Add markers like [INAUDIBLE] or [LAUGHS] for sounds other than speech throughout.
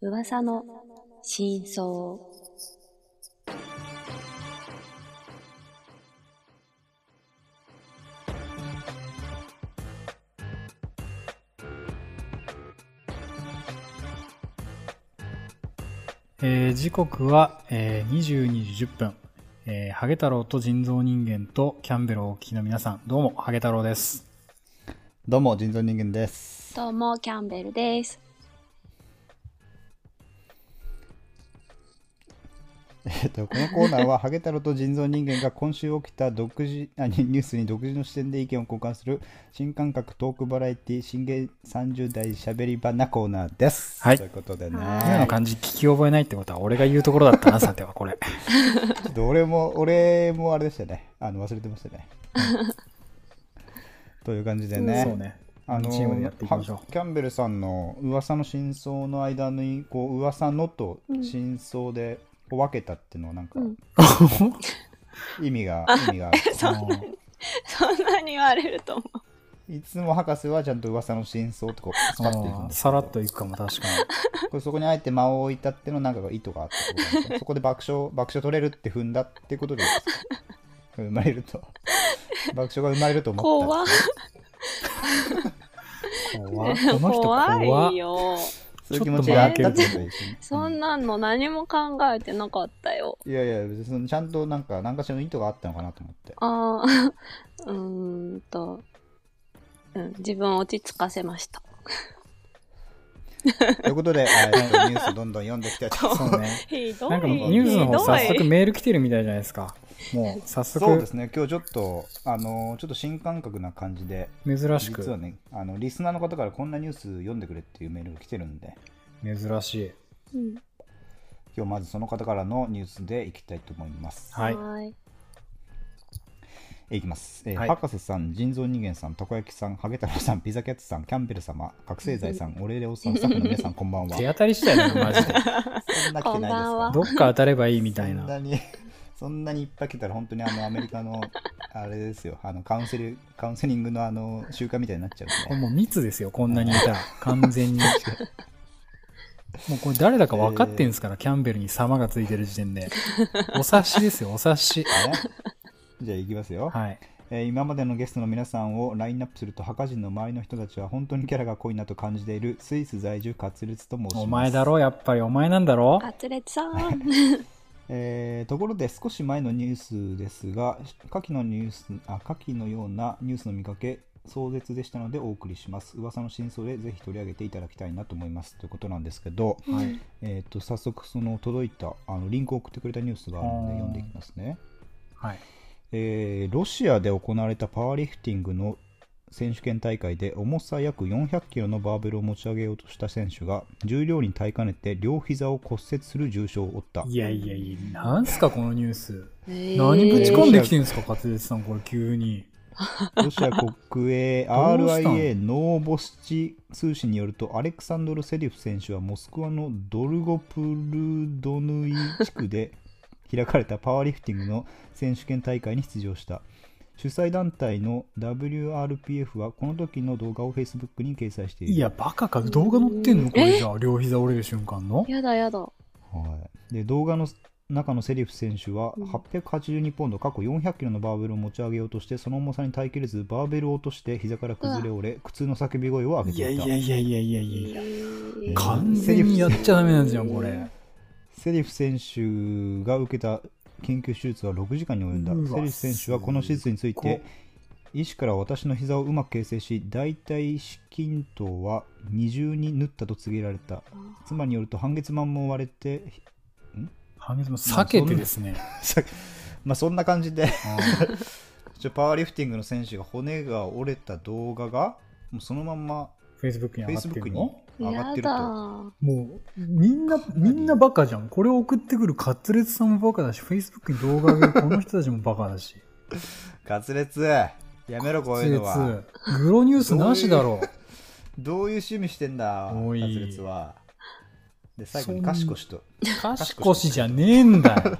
噂の真相えー時刻は、えー22時10分、えーハゲ太郎と人造人間とキャンベルをお聞きの皆さんどうもハゲ太郎ですどうも人造人間です。どうもキャンベルです [LAUGHS] えっとこのコーナー [LAUGHS] はハゲ太郎と人造人間が今週起きた独自あニニュースに独自の視点で意見を交換する新感覚トークバラエティ新芸30代しゃべり場なコーナーです。はいということでね、今の感じ聞き覚えないってことは俺が言うところだったなさてはこれちょっと俺も俺もあれでしたね。あの忘れてました [LAUGHS] ね。という感じでね。そうねあのチームでやっていきましょうはキャンベルさんの噂の真相の間にこう噂のと真相でこう分けたっていうのはなんか、うん意味が意味があるそんなにそんなに言われると思ういつも博士はちゃんと噂の真相とこうスパッといくんあーですさらっといくかも確かこれそこにあえて間を置いたっていうのはなんか意図があったってことなんですねそこで爆笑爆笑取れるって踏んだってことでいいですか生まれると爆笑が生まれると思った怖んいですねに怖っこの人怖怖いいよそういう気持ちがあったってことちょっとですねそんなんの何も考えてなかったよいやいや別にそのちゃんとなんか何かしらの意図があったのかなと思ってああ [LAUGHS] うーんと、うん、自分を落ち着かせましたということで、えーっとニュースどんどん読んでいきたいと思いますそうねひどいなんかもうニュースの方早ひど速いメール来てるみたいじゃないですかもう早 [LAUGHS] そうで速すね今日ちょっとあのーちょっと新感覚な感じで珍し実くはねあのリスナーの方からこんなニュース読んでくれっていうメールが来てるんで珍しいうん今日まずその方からのニュースでいきたいと思います。はいーいいきます、えーはい博士さん、人造人間さん、たこ焼きさん、ハゲ太郎さん、ピザキャッツさん、キャンベル様、覚醒剤さん、オレレオさん、スタッフの皆さん、こんば [LAUGHS] んは。手当たり次第だよマジでそんな来てないですこんばんはかどっか当たればいいみたいそんななに、 [LAUGHS] そんなにいっぱい来たら、本当にあのアメリカの、 [LAUGHS] あれですよ、あのカウンセルカウンセリングのあの習慣みたいになっちゃうんで、もう密ですよこんなにい [LAUGHS] たら完全にもうこれ誰だか分かってんすから、キャンベルに様がついてる時点でお察しですよお察しね [LAUGHS] じゃあ、いきますよ。はいえー今までのゲストの皆さんをラインナップすると、ハカ人の周りの人たちは本当にキャラが濃いなと感じている、スイス在住、カツレツと申します。お前だろやっぱりお前なんだろカツレツさ [LAUGHS] んえーところで少し前のニュースですが下記のニュースあ下記のようなニュースの見かけ壮絶でしたのでお送りします噂の真相でぜひ取り上げていただきたいなと思いますということなんですけど、はいえー、と早速その届いたあのリンクを送ってくれたニュースがあるのであー読んでいきますね、はいえーロシアで行われたパワーリフティングの選手権大会で重さ約4 0 0キロのバーベルを持ち上げようとした選手が重量に耐えかねて両膝を骨折する重傷を負ったいやいやいやなんすかこのニュース何何ぶち込んできてんすか勝ツさんこれ急にロシア国営どうしたん RIA ノーボスチ通信によるとアレクサンドル・セリフ選手はモスクワのドルゴプルドヌイ地区で開かれたパワーリフティングの選手権大会に出場した主催団体の WRPF はこの時の動画を Facebook に掲載しているいやバカか動画載ってんのこれじゃあ両膝折れる瞬間のやだやだはい、で動画の中のセリフ選手はうん882ポンド過去400キロのバーベルを持ち上げようとしてその重さに耐えきれずバーベルを落として膝から崩れ折れ苦痛の叫び声を上げいやていいたやいやいやいやいやえー完全にやっちゃダメなんじゃんこれセリフ選手が受けた緊急手術は6時間に及んだうわセリフ選手はこの手術について医師から私の膝をうまく形成し大腿四筋頭は二重に縫ったと告げられた妻によると半月板も割れて [LAUGHS] 半月も避けてですねまあそんな感じで [LAUGHS] ちょパワーリフティングの選手が骨が折れた動画がもうそのまんまフェイスブックに上がってる Facebook にの上がってやるだともう、みんな、みんなバカじゃん。これを送ってくるカツレツさんもバカだし、Facebook に動画上げるこの人たちもバカだし。ガツレツやめろこうカいツうレのはツ、グロニュースなしだろう。どういう趣味してんだガおツいレツはで最後そにんカシコシとカシコシじゃねえんだよ。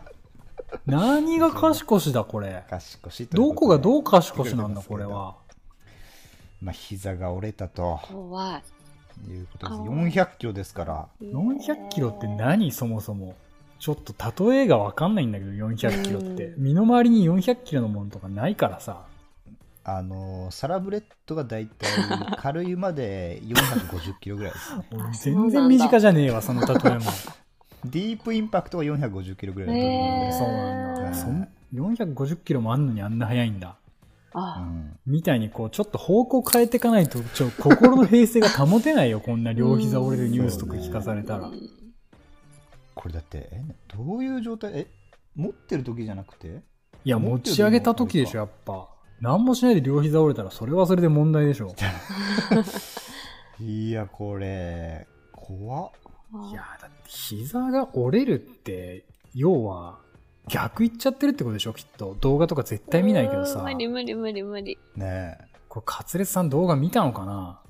何がカシコシだ、これ。カシコシというどとでこがどうカシコシなんだ、これは。まあ膝が折れたと怖いということですあー400キロですから400キロって何そもそも。ちょっと例えがわかんないんだけど、400キロって。身の回りに400キロのものとかないからさ。あのサラブレッドがだい [LAUGHS] たい軽いまで450キロぐらいですね俺あそうなん全だ然身近じゃねえわ、その例えも。ディープインパクトが450キロぐらいだとへー思そうなんだ。はいそん450キロもあんのにあんな速いんだ。あ、うんで、みたいにこう、ちょっと方向変えていかないと、ちょ、心の平静が保てないよ、こんな両膝折れるニュースとか聞かされたらう。んうん、これだってえどういう状態え持ってる時じゃなくていや、持ち上げた時でしょ、やっぱ。何もしないで両膝折れたら、それはそれで問題でしょ。いやこれ怖っあいやーだって膝が折れるって要は逆行っちゃってるってことでしょきっと動画とか絶対見ないけどうさん無理無理無理無理。ねえこれカツレツさん動画見たのかな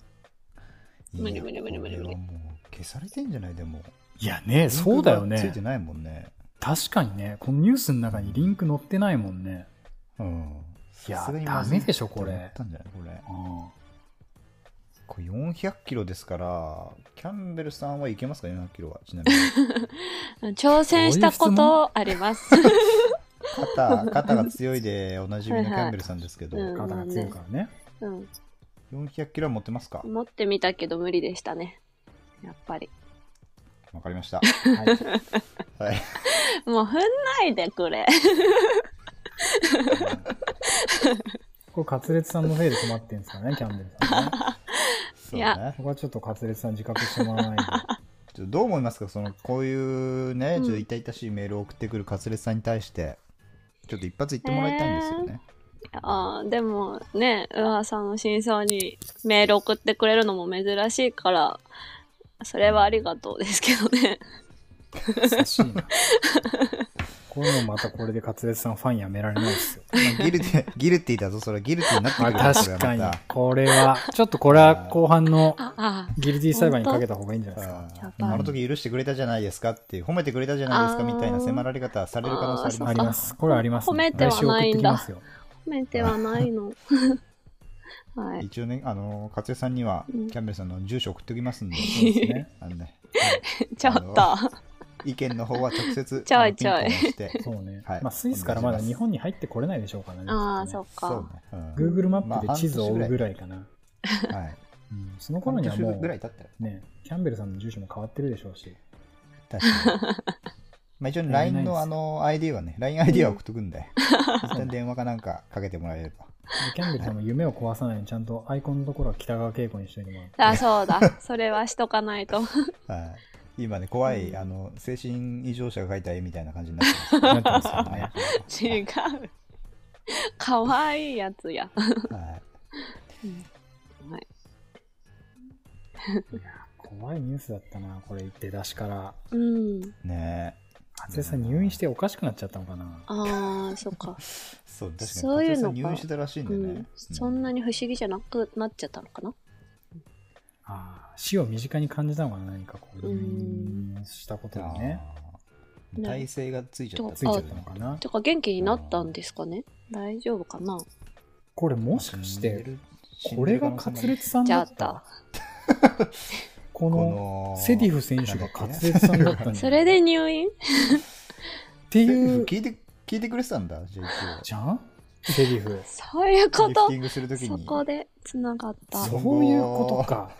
いや無理無理無理無理無理これはもう消されてんじゃないでもいやねそうだよリンクがついねてないもんね確かにねこのニュースの中にリンク載ってないもんねうんいやさすがにまずいダメでしょこれって思ったんじゃないこれうんこれ400キロですからキャンベルさんはいけますか400キロはちなみに挑戦したことあります。 [LAUGHS] 肩肩が強いでおなじみのキャンベルさんですけど、はいはいうん肩が強いからねうん、 400キロは持ってますか持ってみたけど無理でしたね。やっぱり。わかりま [LAUGHS] したはいはいもう踏んないでくれ。 [LAUGHS] これカツレツさんのせいで困ってんですからねキャンベルさんねそういやねここはちょっとカツレツさん自覚してもらわないちょっとどう思いますかそのこういうねうんちょっと痛々しいメールを送ってくるカツレツさんに対してちょっと一発言ってもらいたいんですよね、あーでもね、うわさんの真相にメール送ってくれるのも珍しいから、それはありがとうですけどね。 [LAUGHS] と優しいなこれもまたこれでカツレツさんファンやめられないですよまあギルティギルティだぞそれはギルティになってくまるあよそ確れはかにまた。これは、ちょっとこれは後半のああギルティ裁判にかけた方がいいんじゃないですか。やっうんぱあの時許してくれたじゃないですかっていう褒めてくれたじゃないですかみたいなあー迫られ方される可能性ありーあますります。これはあります、褒めてはないんだ来週送ってきますよ。褒めてはない [LAUGHS] の。はい。一応ねあの勝也さんにはうんキャンベルさんの住所送っておきます [LAUGHS] んでそうですね。あのねちょっと。意見の方は直接ちょいちょいあのピンポン押してそうね。 [LAUGHS] はいまあスイスからまだ日本に入ってこれないでしょうからね。ああ、そうそかう。ね、うん Google マップで地図を追うぐまらいかな。あ半年ぐらいはいうんその頃半には年も、ぐらいう経ったらね、キャンベルさんの住所も変わってるでしょうし。確かにまあ一応ね LINE [LAUGHS] のあの ID はね LINEID は送っとくんで一旦電話かなんかかけてもらえればでキャンベルさんも夢を壊さないようにちゃんとアイコンのところは北川景子にしておいてもらって。あ、そうだ。それはしとかないと。はい今ね、怖い、うんあの精神異常者が描いた絵みたいな感じになってます [LAUGHS] なってますよね。違う。かわいいやつや。はいはい。いや怖いニュースだったな、これ出だしから。うん。ね初江さん入院しておかしくなっちゃったのかな。ああ、そうか。えそう確かにそういうのが達也さん入院してたらしいんうでね、ん。そんなに不思議じゃなくなっちゃったのかな。ああ死を身近に感じたのかな何かこうう入ん院したことでねあー体勢がついちゃったついちゃったのかなてか元気になったんですかね。大丈夫かな。これもしかしてこれがカツレツさんじゃだあっったた。このこのセディフフ選手がカツレツさんだったん [LAUGHS] だそれで入院ってセディいフう聞いて聞いてくれてたんだ J2 じゃんセディフそういうこリフとティングするときそにこでつながった。あそういうことか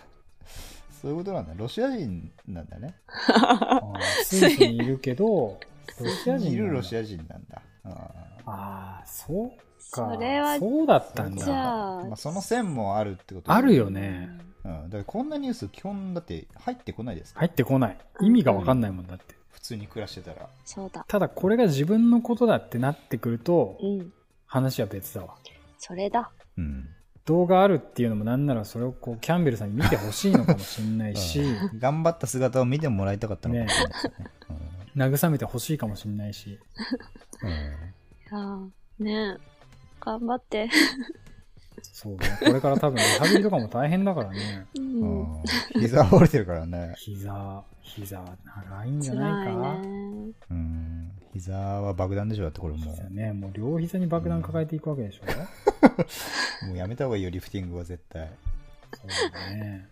そういうことなんだロシア人なんだねあースイスにいるけどロシア人いなんだるロシア人なんだあーああそうかそれはそうだったんじだゃあまあ、その線もあるってことあるよねうん、だからこんなニュース基本だって入ってこないですか、入ってこない意味がわかんないもんだって普通に暮らしてたらそうだ。ただこれが自分のことだってなってくるとうん。話は別だわそれだ。うん動画あるっていうのもなんならそれをこうキャンベルさんに見てほしいのかもしれないし、頑張った姿を見てもらいたかったのかもしれないですね。慰めてほしいかもしれないしうんいやーねえ。頑張って。そうねこれから多分リハビリとかも大変だからねう。うんん膝折れてるからね。膝膝長いんじゃな辛いいかね。うん膝は爆弾でしょだってこれも膝ねもう両膝に爆弾抱えていくわけでしょ、うもうやめた方がいいよリフティングは絶対。そうだね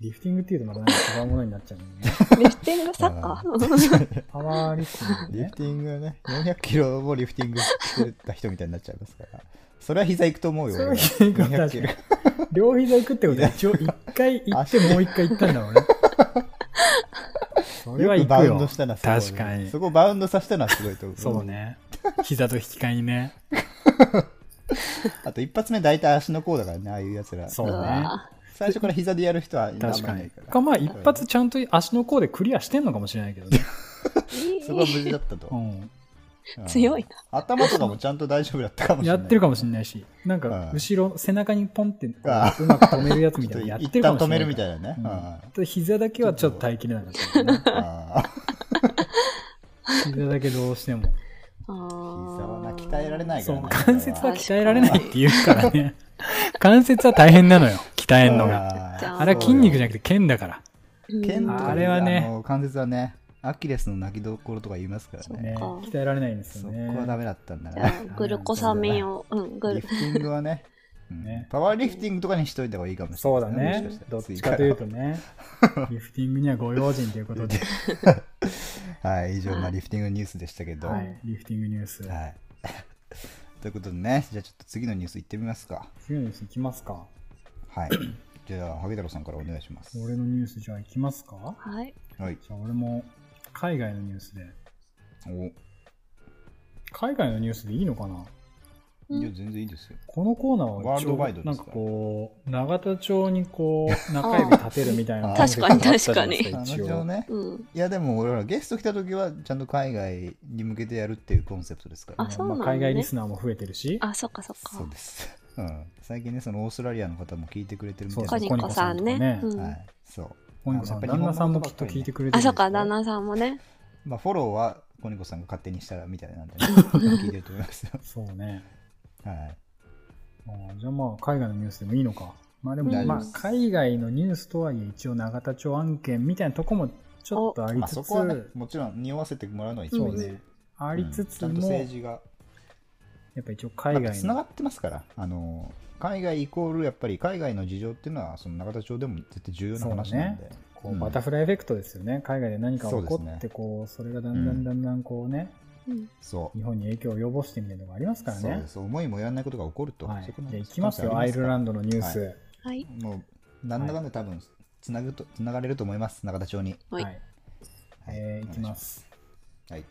リフティングっていうとまたなんか違うものになっちゃうんでね。リフティングサッカーパワーリフティングリねフ。ティングはね、400キロもリフティングしてた人みたいになっちゃいますから。それは膝行くと思うよ。それは膝行く俺は400キロ確両膝行くってことは一応一回行ってもう一回行ったんだろうね。それはよ行くバくウンよド。したのはすごい、確かにそ。こをバウンドさせたのはすごいと思う。そう。ね。膝と引き換えにね。あと一発目大体足の甲だからね、ああいうやつら。そううね。わ最初から膝でやる人はあんまりい確かなにいか。ら。かまあ一発ちゃんと足の甲でクリアしてんのかもしれないけどね。ーそこは無事だったと。うん。うん強いな。頭とかもちゃんと大丈夫だったかもしれやない。ってるかかもしれないし、なんかうん後ろ背中にポンってこうあうまく止めるやつみたいなのや [LAUGHS] って一るか旦もし止れなめいから。るみたいなね。ううんんただ膝だけはちょっと耐えきれなかったけどね。あー膝だけどうしても。膝膝はな、鍛えられないかそらう、ね。関節はき鍛えられないって言うからね。関節は大変なのよ、鍛えんのが。あーあれは筋肉じゃゃなくて腱だから。剣とかあれはねあの関節はね、アキレスの泣きどころとか言いますからね。ね、そっか鍛えられないんですそよこね。はダメだったんだじゃあね。グルコサミンを、うん、グルリフ、ティングはね、うんねパワーリフティングとかにしといた方がいいかもしれそうなだねいもし。したどらっちかというと追ね、リフティングにはご用心ということで、加がはい、以上、まあ、リフティングニュースでしたけど。は、[LAUGHS] はいリフティングニュース。い。 [LAUGHS] ということでね、じゃあちょっと次のニュースいってみますか。次のニュースいきますか。 [CLEARS THROAT] はい。じゃあ、ハゲ太郎さんからお願いします。俺のニュースじゃあいきますかはい。はい。じゃあ俺も海外のニュースで。お海外のニュースでいいのかないや、全然いいですよ。このコーナーは一応ワールドワイドですかなんかこう、永田町にこう、中指立てるみたいなあーコンセプトがあったじゃないです確かあ一の応。ね。うん。いや、でも俺らゲスト来た時は、ちゃんと海外に向けてやるっていうコンセプトですから、あそうなんだねまあ海外リスナーも増えてるし、あ、そっかそっかそう。です。 [LAUGHS] うん。最近ね、そのオーストラリアの方も聞いてくれてるみたいそコうなそうニコさんコニコさんね。とかねうはんい。そう。ポニコさん、やっぱ旦日本語那さんもきっと聞いてくれてあ、るんですそよっか、旦那さんもね。まあ、フォローはコニコさんが勝手にしたらみた [LAUGHS] いなんで、ね、聞いてると思いますよ。そうね。はい。あーじゃあまあ、海外のニュースでもいいのか。まあでも、大丈夫まであす、海外のニュースとはいえ、一応永田町案件みたいなとこもちょっとありまあ、つそつ、こはね、もちろん匂わせてもらうのは一そ番うね、ね。ありつつうんちゃんとも、や政治が、っぱ一応や海っぱ外つながの、ってますから、あの海外イコール、やっぱり海外の事情っていうのは、その永田町でも絶対重要な話なんで、こううんバタフライエフェクトですよね。海外で何か起そうこでっすて、ねこう、それがだんだうんんだんだんこうね、うん。そう。日本に影響を及ぼしてみたいなのがありますからそうでね。す思いもよらないことが起こると、はい。そじこゃなんあでいきますよ、可ア能イ性あルりランドのニュース。はい。ますからもう、なんだかんだ多分つなぐと、つながれると思います、永田町に。はいはい。えーいきま。す。お願いし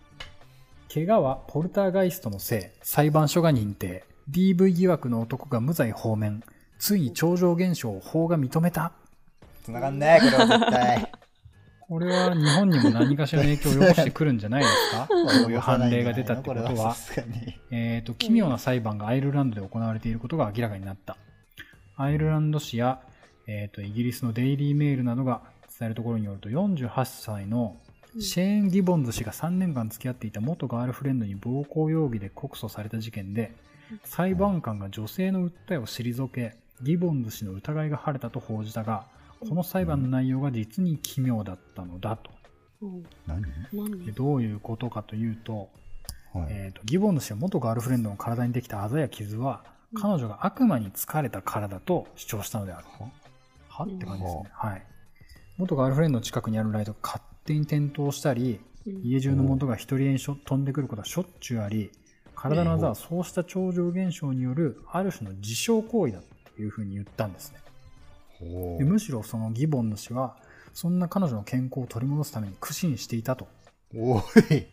怪我はポルターガイストのせい裁判所が認定 DV 疑惑の男が無罪放免ついに超常現象を法が認めたはい。つながんねえ、これは絶対。 [LAUGHS] これは日本にも何かしらの影響を及ぼしてくるんじゃないですかこういう判例が出たってことこれはさすがに。えー、と奇妙な裁判がアイルランドで行われていることが明らかになったアイルランド紙や、えー、とイギリスのデイリー・メールなどが伝えるところによると48歳のシェーン・ギボンズ氏が3年間付き合っていた元ガールフレンドに暴行容疑で告訴された事件で裁判官が女性の訴えを退けギボンズ氏の疑いが晴れたと報じたがこの裁判の内容が実に奇妙だったのだとうん。何何でどういうことかというとはい。えー、とギボンの氏は元ガールフレンドの体にできたあざや傷は彼女が悪魔に疲れたからだと主張したのである。はって感じですね。はい。元ガールフレンドの近くにあるライトが勝手に点灯したり、うん家中の物が一人にしょ飛んでくることはしょっちゅうあり、体のあざはそうした超常現象によるある種の自傷行為だっていうふうに言ったんですね。ほうでむしろそのギボンの氏は、そんな彼女の健康を取り戻すために苦心していたと。おい。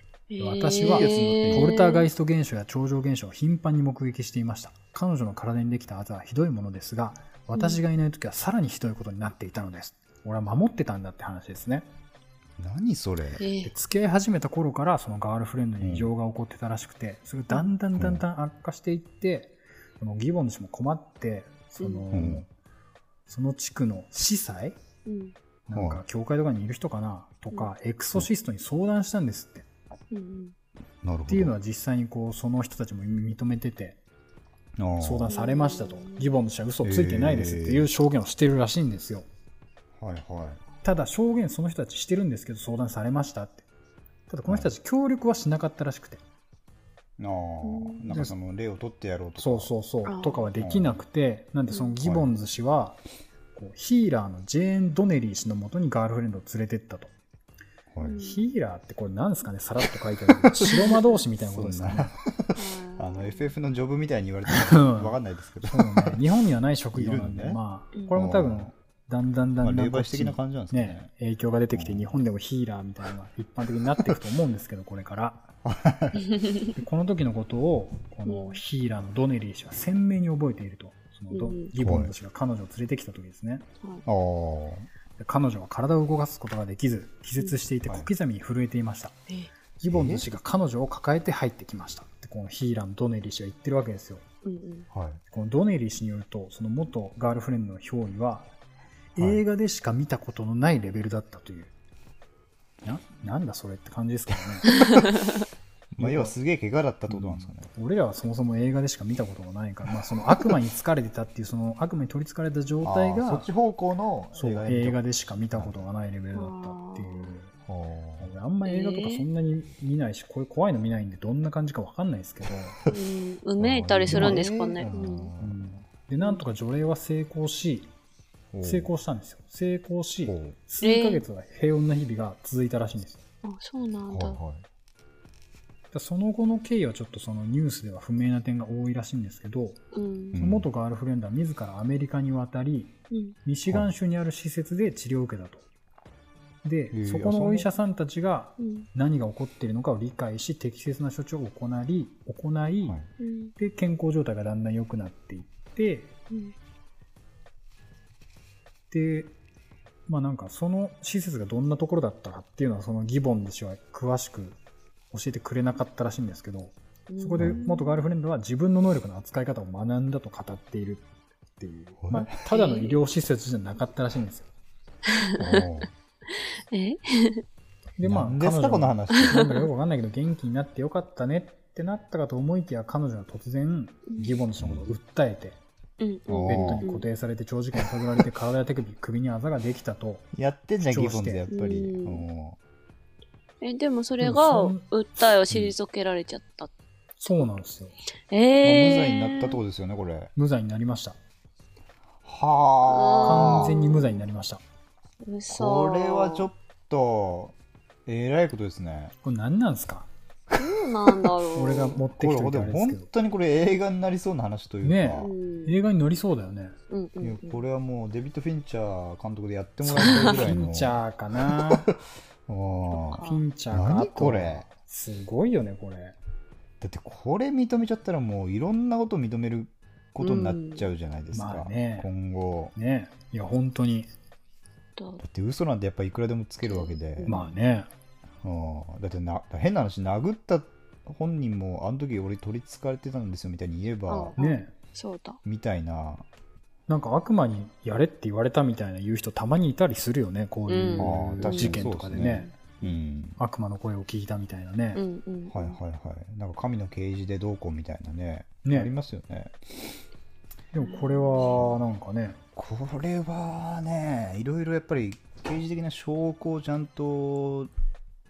私はポルターガイスト現象や超常現象を頻繁に目撃していました彼女の体にできたあざはひどいものですが私がいない時はさらにひどいことになっていたのです、俺は守ってたんだって話ですね何それ。えーで付き合い始めた頃からそのガールフレンドに異常が起こってたらしくてそれがだんだんだんだん悪化していってでもギボンの氏も困ってその,、んその地区の司祭うん。なんか教会とかにいる人かなとかエクソシストに相談したんですって [LAUGHS] うん。なるほど。っていうのは実際にこうその人たちも認めてては相談されましたとうんギボンの氏は嘘をついてないですっていう証言をしてるらしいんですよはいはただ証言その人たちしてるんですけど相談されましたってただこの人たち協力はしなかったらしくてい。ああ、なんかその例を取ってやろうとか。そうそうそあーうとかはできなくてなんでそのギボンズ氏はこうヒーラーのジェーン・ドネリー氏のもとにガールフレンドを連れてったと。はいうんヒーラーってこれ何ですかねさらっと書いてあ [LAUGHS] るけど白魔道士みたいなことですかね。あのうん FF のジョブみたいに言われてうもんわかんないですけど、そうね日本にはない職業なんで、いるんだねまあ、これも多分、だんだんだまあ、んだ霊んこっ媒ち師的な感じなんですかねね、影響が出てきて、日本でもヒーラーみたいなのが一般的になっていくと思う [LAUGHS] んですけど、これから。でこの時のことを、このヒーラーのドネリー氏は鮮明に覚えていると。そのドうんギボンド氏が彼女を連れてきた時ですね。ああで彼女は体を動かすことができず、気絶していてうん小刻みに震えていました。えギボンド氏が彼女を抱えて入ってきました。ってこのヒーラーのドネリー氏は言ってるわけですよ。うんうんはいこのドネリー氏によるとその元ガールフレンドの憑依ははい映画でしか見たことのないレベルだったという、ななんだそれって感じですけど [LAUGHS] ねまあ、要はすげえ怪我だったってことなんですかね、俺らはそもそも映画でしか見たことがないから、まあ、その悪魔に疲れてたっていうその悪魔に取りつかれた状態あーそっがち方向のそう映映画画ででしか見たことがないレベルだったっていうあー俺あんま映画とかそんなに見ないし、こういう怖いの見ないんでどんな感じか分かんないですけど、うん、うめいたりするんですかね。ううんうんん、でなんとか除霊は成功し成功したんですよ成功しほう数ヶ月は平穏な日々が続いたらしいんですよ。あ、そうなんだ。だはからその後の経緯はちょっとそのニュースでは不明な点が多いらしいんですけど、うんう。ん元ガールフレンドは自らアメリカに渡りうん。ミシガン州にある施設で治療を受けたと。で、えそこのお医者さんたちがうん。何が起こっているのかを理解し適切な処置を行い行い、いはいうん。で健康状態がだんだん良くなっていってうん。でまあなんかその施設がどんなところだったかっていうのはそのギボンの氏は詳しく教えてくれなかったらしいんですけどそこで元ガールフレンドは自分の能力の扱い方を学んだと語っているっていう、はいまあ、ただの医療施設じゃなかったらしいんですよ。おーえでまあなんですかこの話なんかよくわかんないけど元気になってよかったねってなったかと思いきや彼女は突然ギボンの氏のことを訴えてうん。おベッドに固定されて長時間探られて体や手首首にあざができたと。やってんじゃん主張ギしてボンズやっぱりうんおえ、でもそれでが、も訴えを退けられちゃった。そうなんですよ。えー無罪えになったとこですよねこれ無罪になりました。はあ完全に無罪になりました。これはちょっっとえらいことですねこれ何なんですかと。なんだろう。俺が持ってこきれておいたあでもれですけ本ど。当にこれ映画になりそうな話というか、ねうん。映画に乗りそうだよね。うんういやん。これはもうデビッド・フィンチャー監督でやってもらいたいぐフらいィのンチャーかな。 [LAUGHS] フうんあィンチャーかな。何これすごいよね、これ。だってこれ認めちゃったらもういろんなこと認めることになっちゃうじゃないですか、うんまあね今後ねいや、本当に。とだって嘘なんてやっぱいくらでもつけるわけで、まあね。うんだってな変な話殴った本人もあの時俺取りつかれてたんですよみたいに言えば、うんねそうだ。みたいななんか悪魔にやれって言われたみたいな言う人たまにいたりするよね、こういうんあー確うかに事件とかでそうですね。うん悪魔の声を聞いたみたいなねう。んうん。はいはいはいなんか神の啓示でどうこうみたいなねありねますよねでもこれは、なんかね、これはねいろいろやっぱり刑事的な証拠をちゃんと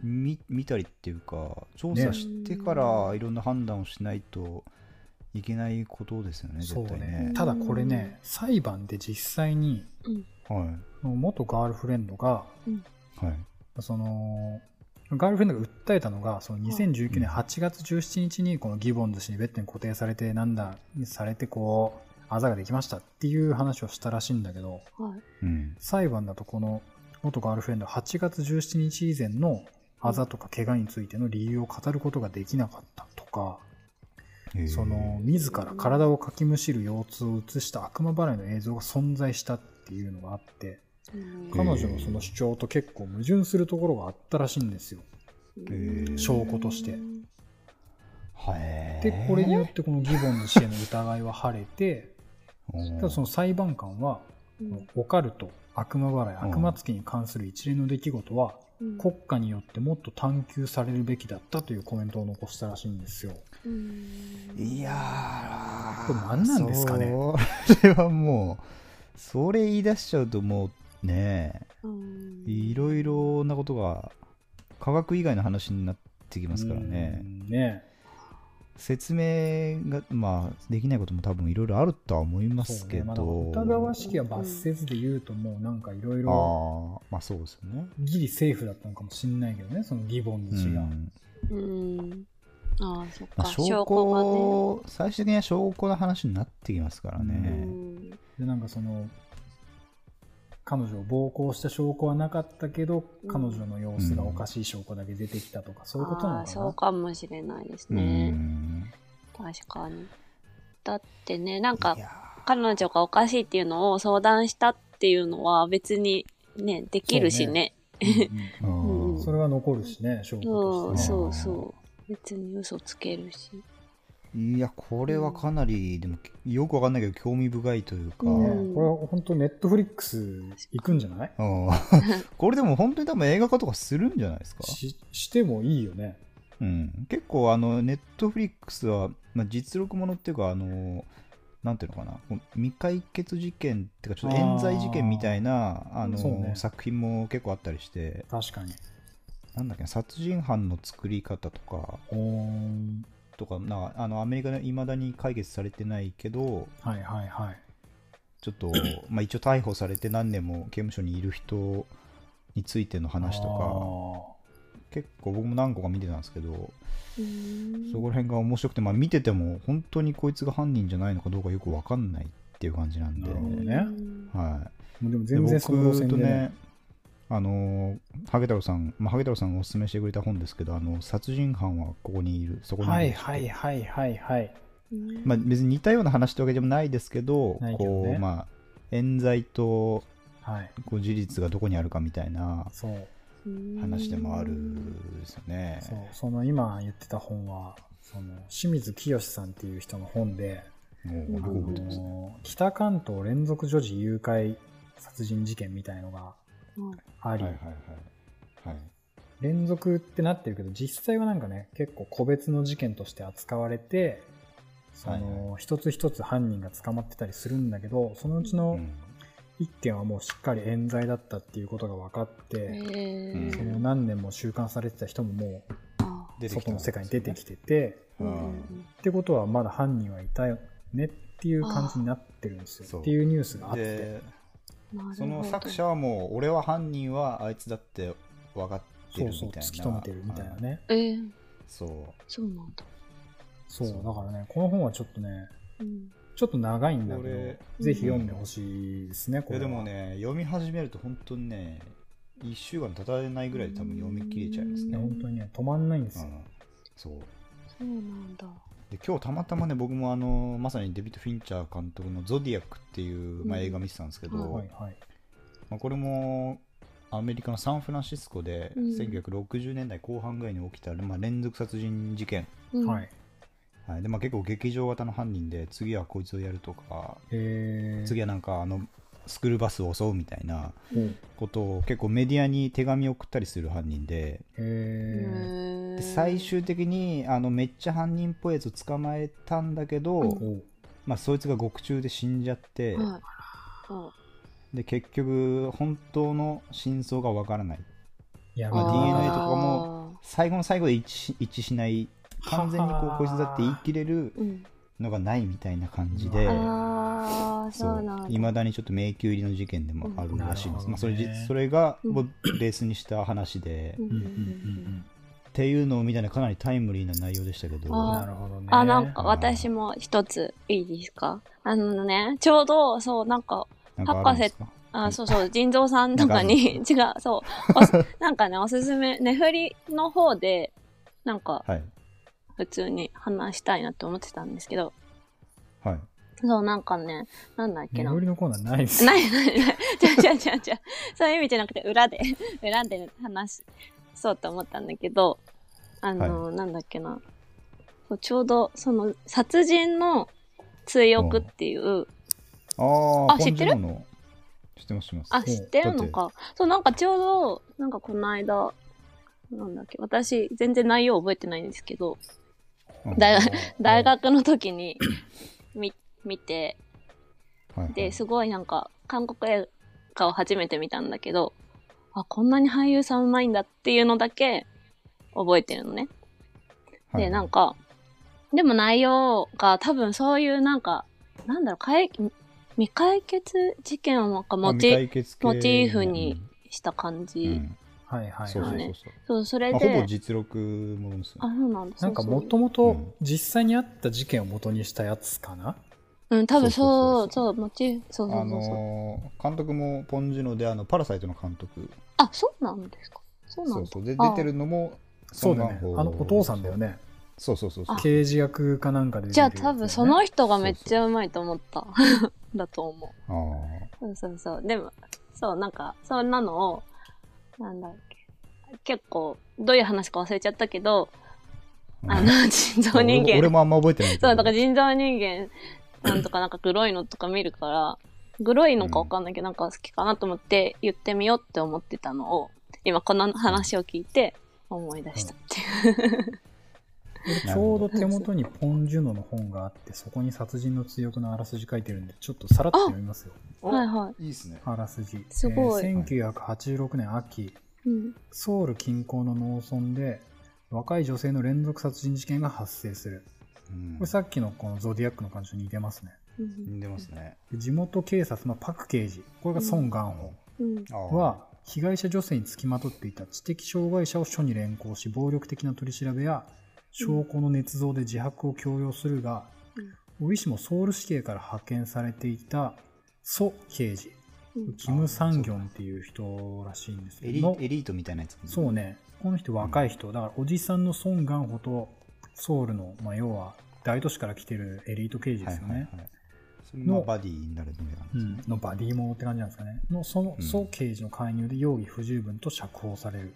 見見たりっていうか調査してからいろんな判断をしないといけないことですよねそう絶対ねね。ただこれね、裁判で実際に、は元ガールフレンドが、いはいそのガールフレンドが訴えたのがその2019年うん8月17日にこのギボンズ氏にベッドに固定されてなんだされてこうあざができましたっていう話をしたらしいんだけどはい。うん裁判だとこの元ガールフレンドは8月17日以前のあざとか怪我についての理由を語ることができなかったとかへーその自ら体をかきむしる腰痛を映した悪魔払いの映像が存在したっていうのがあってうん彼女のその主張と結構矛盾するところがあったらしいんですよ。うん証拠としてはいでこれによってこのギボンの死への疑いは晴れてただその裁判官はうんオカルト悪魔払いうん悪魔つきに関する一連の出来事はうん国家によってもっと探求されるべきだったというコメントを残したらしいんですよ。うんいやーこれ何なんですかね [LAUGHS] それはもうそれ言い出しちゃうともうねえうんいろいろなことが科学以外の話になってきますからねう。んね説明が、まあ、できないことも多分いろいろあるとは思いますけまあど、疑わしきは罰せずで言うともうなんかいろいあろあまあそうですよね。ギリセーフだったのかもしれないけどねその義母の血が、うんうん。ああ、そっまか。あ、証拠がね。最終的には証拠の話になってきますからうね。んでなんかその彼女を暴行した証拠はなかったけど、うん彼女の様子がおかしい証拠だけ出てきたとか、そういうことあなのあ、かそうなかもしれないですうんね。確かに。だってね、なんかい、や彼女がおかしいっていうのを相談したっていうのは別にね、できるしね。うんうーんうんそれは残るしね証拠そとうしてねそうそう。別に嘘つけるし。いやこれはかなりでもよくわかんないけど興味深いというか、うんねこれは本当ネットフリックス行くんじゃないうん [LAUGHS] これでも本当に多分映画化とかするんじゃないですか、ししてもいいよねうん、結構あのネットフリックスは、まあ、実録ものっていうかあのなんていうのかなこう未解決事件っていうかちょっと冤罪事件みたいなあの、そうね作品も結構あったりして確かになんだっけな殺人犯の作り方とかおーとかなんかあのアメリカでいまだに解決されてないけどはいはいはいちょっ [CLEARS THROAT] と、まあ、一応逮捕されて何年も刑務所にいる人についての話とか結構僕も何個か見てたんですけどうんそこら辺が面白くて、まあ、見てても本当にこいつが犯人じゃないのかどうかよく分かんないっていう感じなんで、なるほどうねんはあーもうでもい、で全然その路線で僕とねねあのーハゲ太郎さん、まあ、ハゲ太郎さんがおすすめしてくれた本ですけどあの殺人犯はここにいるそこにいるはいはいはいはいはいまあ、別に似たような話ってわけでもないですけどないけどねこうまあ冤罪とはいこう事実がどこにあるかみたいなそう話でもあるですよね。そうその今言ってた本はその清水清さんっていう人の本で、もうあ僕覚えてますね。の北関東連続女児誘拐殺人事件みたいのがうんあはいり、はいはい。はい、連続ってなってるけど実際はなんかね結構個別の事件として扱われてその、はい一つ一つ犯人が捕まってたりするんだけどそのうちのうん1件はもうしっかり冤罪だったっていうことが分かって、へうんそのー何年も収監されてた人ももあう出てきた外の世界に出てきてて。うんううんんってことはまだ犯人はいたよねっていう感じになってるんですよそうっていうニュースがあってでうんその作者はもう俺は犯人はあいつだって分かってそうるみたそいうな突き止めてるみたいなはいねえー、そそうなんだ。そうそうだからねこの本はちょっとねうんちょっと長いんだけこれどぜひ読んでほしいですねうこいやれではもね読み始めると本当にね1週間経たれないぐらいで多分読み切れちゃいますいね、やうん本当にね止まんないんですよそうそうなんだ。で今日たまたまね僕もあのまさにデビッド・フィンチャー監督の「ゾディアック」っていう、まあ、うん映画見てたんですけど、うんはいはいまあ、これもアメリカのサンフランシスコでうん1960年代後半ぐらいに起きた、まあ、連続殺人事件、うん、はいはいでまあ、結構劇場型の犯人で次はこいつをやるとかえー次はなんかあのスクールバスを襲うみたいなほうことを結構メディアに手紙を送ったりする犯人でえへーでー最終的にあのめっちゃ犯人っぽいやつを捕まえたんだけど、うんほうまあ、そいつが獄中で死んじゃって、はいあで結局本当の真相がわからないいやまあまあ DNA とかも最後の最後で一致し一致しない完全にこはうはこいつだって言い切れるあーうんのがないみたいな感じでえーあーそそううなんだ。いまだにちょっと迷宮入りの事件でもあるらしいんです、うんまあ、それなるじほどねそれがうんをベースにした話で、うんっううんんううんうんんていうのみたいなかなりタイムリーな内容でしたけどうんあーなるほどねあ、なんか私も一ついいですかあのね、ちょうど、そう、なんか、なんかあるんですかあそうそう、腎臓さんとかに、 [LAUGHS] 違う、そう、おすなんかね、おすすめ、ねふりの方で、なんか、はい普通に話したいなと思ってたんですけど、はいそう、なんかね、なんだっけな眠。りのコーナーないで [LAUGHS] すないないない。じゃじゃじゃじゃそういう意味じゃなくて、裏で、 [LAUGHS] 裏で話そうと思ったんだけど、あの、なんだっけな。そうちょうど、その、殺人の追憶っていう、あーあ知ってるポンジュノの知ってます知ってますあ、知ってるのか。そう、なんかちょうど、なんかこの間、なんだっけ、私、全然内容覚えてないんですけど、うんだ [LAUGHS] うん大学の時に、み、見て、はいはいで、すごいなんか、韓国映画を初めて見たんだけど、あ、こんなに俳優さんうまいんだっていうのだけ覚えてるのね。はいで、なんか、でも内容が多分そういうなんか、なんだろう、解未解決事件をなんかモまあチ未解決系モチーフにした感うん、うじ。んはいはいそうはそいうねそうそう、そう、それまあ、ほぼで、実録ものですよあ、ねそうなんだ。なんかそうそうもともうとん実際にあった事件を元にしたやつかなうん、多分そそうう、そ、そうモチーフ、そうそあうそうそう。のー監督もポン・ジュノであのパラサイトの監督あ、そうなんですか。そうなそんうだ。そうであ出てるのもそうだソンねガンホあのお父さんだよねそうそうそうそう刑事役かなんかで出てじるゃやあつだよ多ね、分その人がめっちゃうまいと思った。 [LAUGHS] だと思う。あーそうそうそう。でも、そう、なんか、そんなのを、なんだっけ。結構、どういう話か忘れちゃったけど、うんあの、 [LAUGHS] 人造人俺も間。俺もあんま覚えてないけどそう、だから人造人間さんとかなんかグロいのとか見るから、グロいのかわかんないけど、なんか好きかなと思って言ってみようって思ってたのを、今この話を聞いて思い出したっていう。ちょうど手元にポン・ジュノの本があってそこに殺人の追憶のあらすじ書いてるんでちょっとさらっと読みますよおはいはいいいっすねあらすじすごいえー1986年秋うん。ソウル近郊の農村で若い女性の連続殺人事件が発生するうんこれさっきのこのゾディアックの感じと似てますねうん似てますねで地元警察のパク刑事これがソン・ガンホうん。あーは被害者女性につきまとっていた知的障害者を署に連行し暴力的な取り調べや証拠の捏造で自白を強要するが、小石もソウル市警から派遣されていたソ刑事うんキム・サンギョンっていう人らしいんですエけリどエリートみたいなやつそうねこの人若い人だからおじさんのソン・ガンホとソウルの、まあ、要は大都市から来てるエリート刑事はでいすよはいはねい。それののバディになるみたいな感うじんのバディモーって感じなんですかね。の、その、うん総刑事の介入で容疑不十分と釈放される。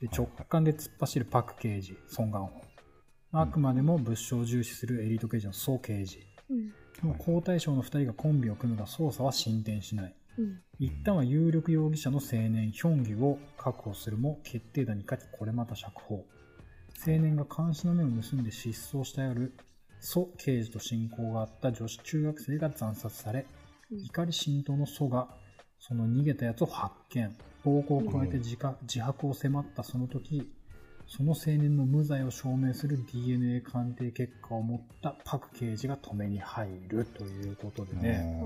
ではい直感で突っ走るパク刑事、ソン・ガンホン。あくまでも物証を重視するエリート刑事の総刑事。うんはい交代賞の2人がコンビを組むが捜査は進展しない。うん一旦は有力容疑者の青年ヒョンギを確保するも決定打に勝ちこれまた釈放青年が監視の目を盗んで失踪した夜蘇刑事と親交があった女子中学生が惨殺されうん怒り浸透の蘇がその逃げたやつを発見暴行を加えて自家自白を迫ったその時その青年の無罪を証明する DNA 鑑定結果を持ったパク刑事が止めに入るということでね、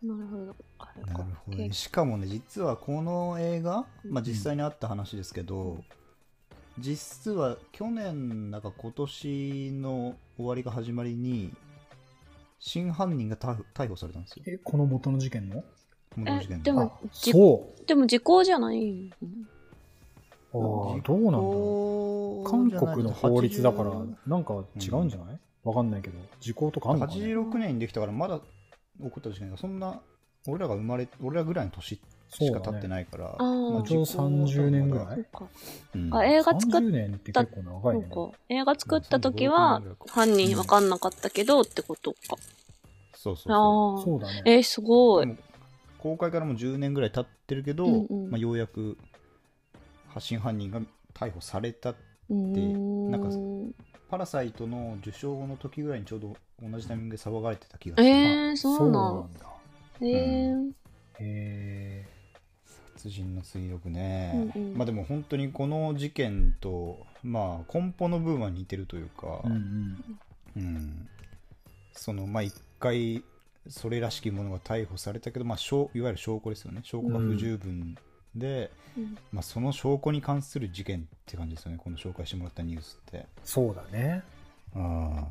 なるほど。あれあーなかるほどねしかもね実はこの映画、まあ、実際にあった話ですけど、実は去年なんか今年の終わりか始まりに真犯人が逮捕逮捕されたんですよえこの元の事件のこの事件でもあじそうでも時効じゃないのあーどうなんだろう韓国の法律だからなんか違うんじゃない、わかんないけど時効とかあるのかな86年にできたからまだ起こった事件がそんな俺らが生まれ俺らぐらいの年そしうかだ経ってねないから、あーまあちょうど30年ぐらそいうか。うんあ映画作っ30年って結構長いそうねか。映画作った時は犯人わかんなかったけどってことか。そうそうそうああ。そうだねえー、すごい。でも公開からもう10年ぐらい経ってるけど、うんうんまあ、ようやく発信犯人が逮捕されたうんなんかパラサイトの受賞の時ぐらいにちょうど同じタイミングで騒がれてた気がする、えー、そうなそんうだえー、へ殺人の追憶ね、うんうんまあでも本当にこの事件とまあ根本の部分は似てるというか、えうんうんうんそのまあ一回それらしきものが逮捕されたけど、まあ、証いわゆる証拠ですよね証拠が不十分で、うんまあ、その証拠に関する事件って感じですよねこの紹介してもらったニュースってそうだねあ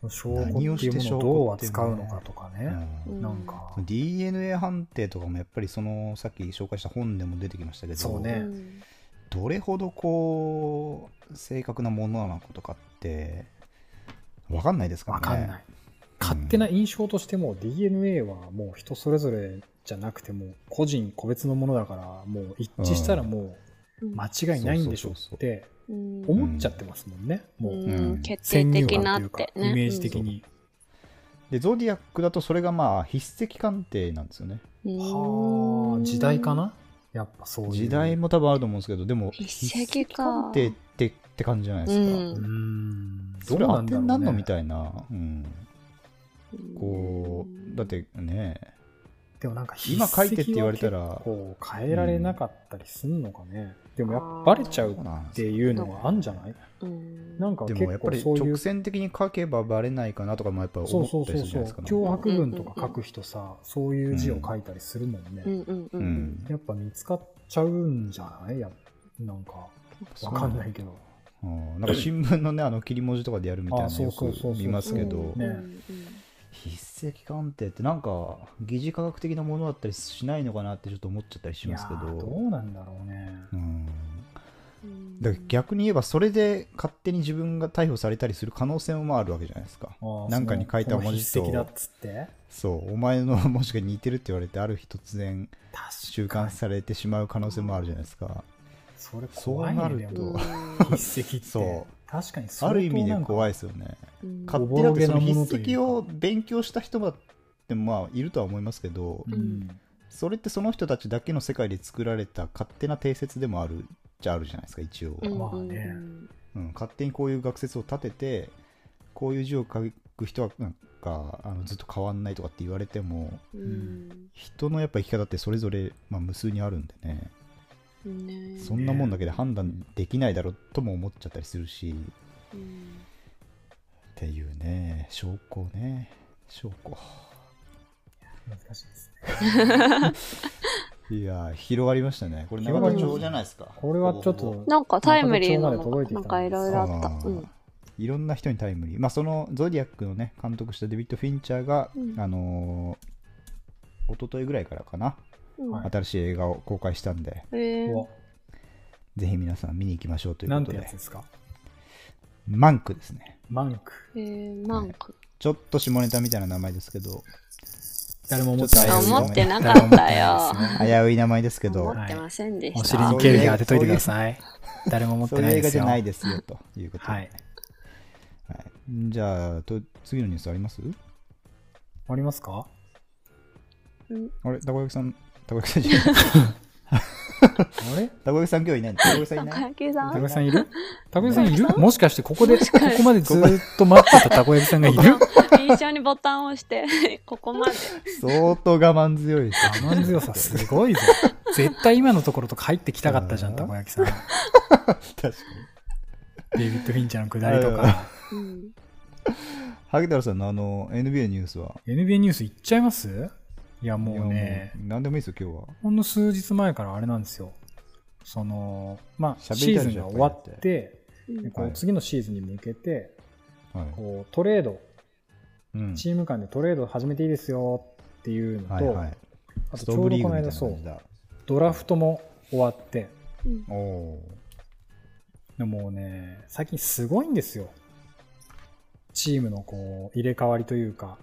その証拠っていうものをどう扱うのかとかあ、ねううんんなんかその DNA 判定とかもやっぱりそのさっき紹介した本でも出てきましたけどそうねうんどれほどこう正確なものなのかとかって分かんないですからわねかんない勝手な印象としても DNA はもう人それぞれじゃなくてもう個人個別のものだからもう一致したらもう間違いないんでしょうってうん思っちゃってますもんね、もう、うん決定先入的な観といっうかてね。イメージ的に、でゾディアックだとそれがまあ筆跡鑑定なんですよねうん。はうあん時代かなやっぱそういう時代も多分あると思うんですけどでも筆跡か鑑定ってって感じじゃないでうすか、うーん。んどそうれな当んてだろう、にね、なんのみたいな、うん、こうだってねでもなんか筆跡今書いてって言われたらは結構変えられなかったりすんのかね、でもやっぱバレちゃうっていうのはあんじゃないうんなんかでも結やっぱ構りそうい直う線的に書けばバレないかなとかもやっぱそ思うそうったりそすうるじそゃうないですか。脅迫文とか書く人さそういう字を書いたりするもんね、うんうんううんんやっぱ見つかっちゃうんじゃないやなんかわかんないけどうんなんか新聞のねあの切り文字とかでやるみたいあなのそようそうそうそうく見ますけうんどうんうねん筆跡鑑定ってなんか疑似科学的なものだったりしないのかなってちょっと思っちゃったりしいやますけーどど。うなんだろうねうんうんだから逆に言えばそれで勝手に自分が逮捕されたりする可能性もあるわけじゃないですかあーなんかに書いた文字そのこの筆跡だとっつってそうお前の文字が似てるって言われてある日突然確収監されてしまう可能性もあるじゃないですかそれ怖いねそうなるでも [LAUGHS] と筆跡ってそう確かに相あ当る意味で怖いいですよねうん勝手だってそのおぼろげなものというか筆跡を勉強した人だってまあいるとは思いますけどうんそれってその人たちだけの世界で作られた勝手な定説でもあるじゃあるじゃないですか一応、うんまあねうんうん、勝手にこういう学説を立ててこういう字を書く人はなんかあのずっと変わんないとかって言われてもうん人のやっぱ生き方ってそれぞれ、まあ、無数にあるんでねうんねそんなもんだけで判断できないだろうとも思っちゃったりするしうんっていうね証拠ね証拠難しいですねいやー広がりましたねこれ広が長りまし野た町じゃないですかこれはちょっほぼほぼとなんかタイムリーなの中が途なん半かい端でろいろあった。うあーん。いろんな人にタイムリー、まあ、そのゾディアックのね監督したデビッド・フィンチャーが、うんあのー、一昨日ぐらいからかな、うんはい新しい映画を公開したんでえーおぜひ皆さん見に行きましょうというなこんとてやでつですかマンクですねマンクえー、マンク。ちょっと下ネタみたいな名前ですけど誰も思ってないちょっと思あってなかったよ。危うい名前ですけ思どってませんでおし尻た。にそうケルギー当てといてください誰も思っそうていうない映で画すじよゃないですよということで、はいはいじゃあと次のニュースありますありますかあれたこ焼きさんたこ焼きさんじゃない [LAUGHS] あれたこ焼きさん今日いないたこ焼きさんいたないこ焼きさたこん焼きさんいるたこ焼きさ [LAUGHS] んいるもしかしてここでここまでずーっと待ってたたこ焼きさんがいる一緒にボタンを押して、 [LAUGHS] ここまで。相当我慢強いですよ我慢強さすごいぞ絶対今のところとか入ってきたかったじゃんうんたこ焼きさんデ [LAUGHS] 確かにイビッド・フィンチャーのくだりとうんかうん。萩太郎さんのあの NBA ニュースは NBA ニュースいっちゃいますいやもうねいやもう何でもいいですよ今日はほんの数日前からあれなんですよそのまあ喋シりーたいズンでしがょ終わってうんでこはうい次のシーズンに向けてはいこうトレードうんチーム間でトレード始めていいですよっていうのはいとはいあとスちトょーうブどリーこグの間みたいなそ感うじだドラフトも終わってうんおおでもうね最近すごいんですよチームのこう入れ替わりというか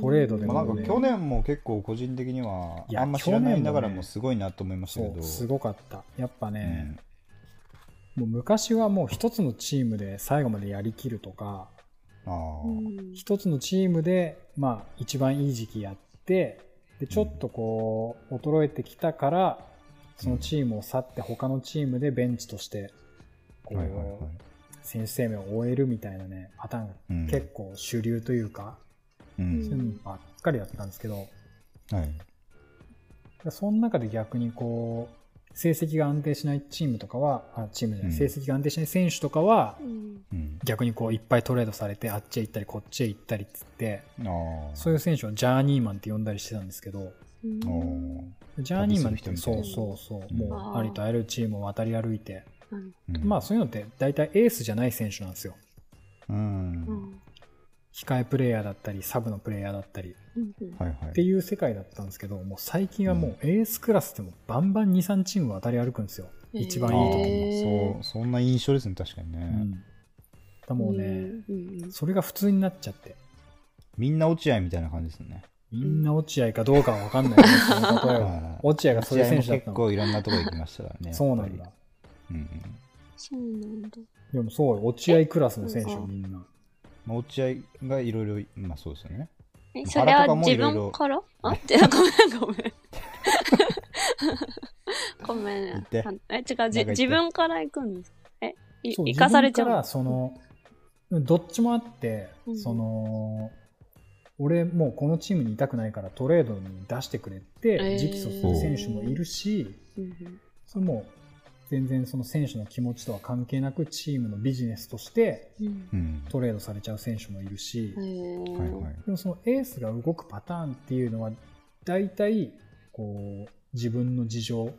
トレードでー、もまあ、なねんか去年も結構個人的にはいやあんま知らないながら去年ももねすごいなと思いましたけそどうすごかったやっぱうね、んもう昔はもう一つのチームで最後までやりきるとかあー一つのチームでまあ一番いい時期やってでちょっとこう衰えてきたからそのチームを去って他のチームでベンチとしてこはいはいはう選手生命を終えるみたいなねパターンがいうん結構主流というか、うんそういうのばっかりだったんですけどはいでその中で逆にこう成績が安定しないチームとかはあチームじゃない、うん成績が安定しない選手とかはうんうん逆にこういっぱいトレードされてあっちへ行ったりこっちへ行ったりっつってああそういう選手をジャーニーマンって呼んだりしてたんですけどうんおージャーニーマンって旅すそるう人みたいなそうそう、うんもうありとあらゆるチームを渡り歩いて、うんうんまあそういうのって大体エースじゃない選手なんですようんうん控えプレイヤーだったりサブのプレイヤーだったりうんうんはいはいっていう世界だったんですけどもう最近はもうエースクラスでもバンバン23チーム渡り歩くんですよ、一番いい時へーあーそうそんな印象ですね確かにね、うん、だもうね、うんうんそれが普通になっちゃってみんな落合みたいな感じですねみんな落合かどうかは分かんないけどその例えは [LAUGHS] はい落合がそういう選手だっ結たの構いろんなとこ行きましたからねそうなんだ、うんうんそうなんだ。でもそうよ落合クラスの選手えよみんなまあ、落合がいろいろ、まあそうですよね。え、原それはとかも自いろいろ分 [LAUGHS] からあ [LAUGHS] って、ごめんごめん。ごめん。言ってあえ、違う、じなんか言って自分から行くんです。え、いそう行かされちゃう自分かのら。そのどっちもあって、うんその俺もうこのチームにいたくないからトレードに出してくれってえー直訴する選手もいるし、うんうんそれも全然その選手の気持ちとは関係なくチームのビジネスとしてうんうんトレードされちゃう選手もいるし、へーはいはいでもそのエースが動くパターンっていうのは大体こう自分の事情の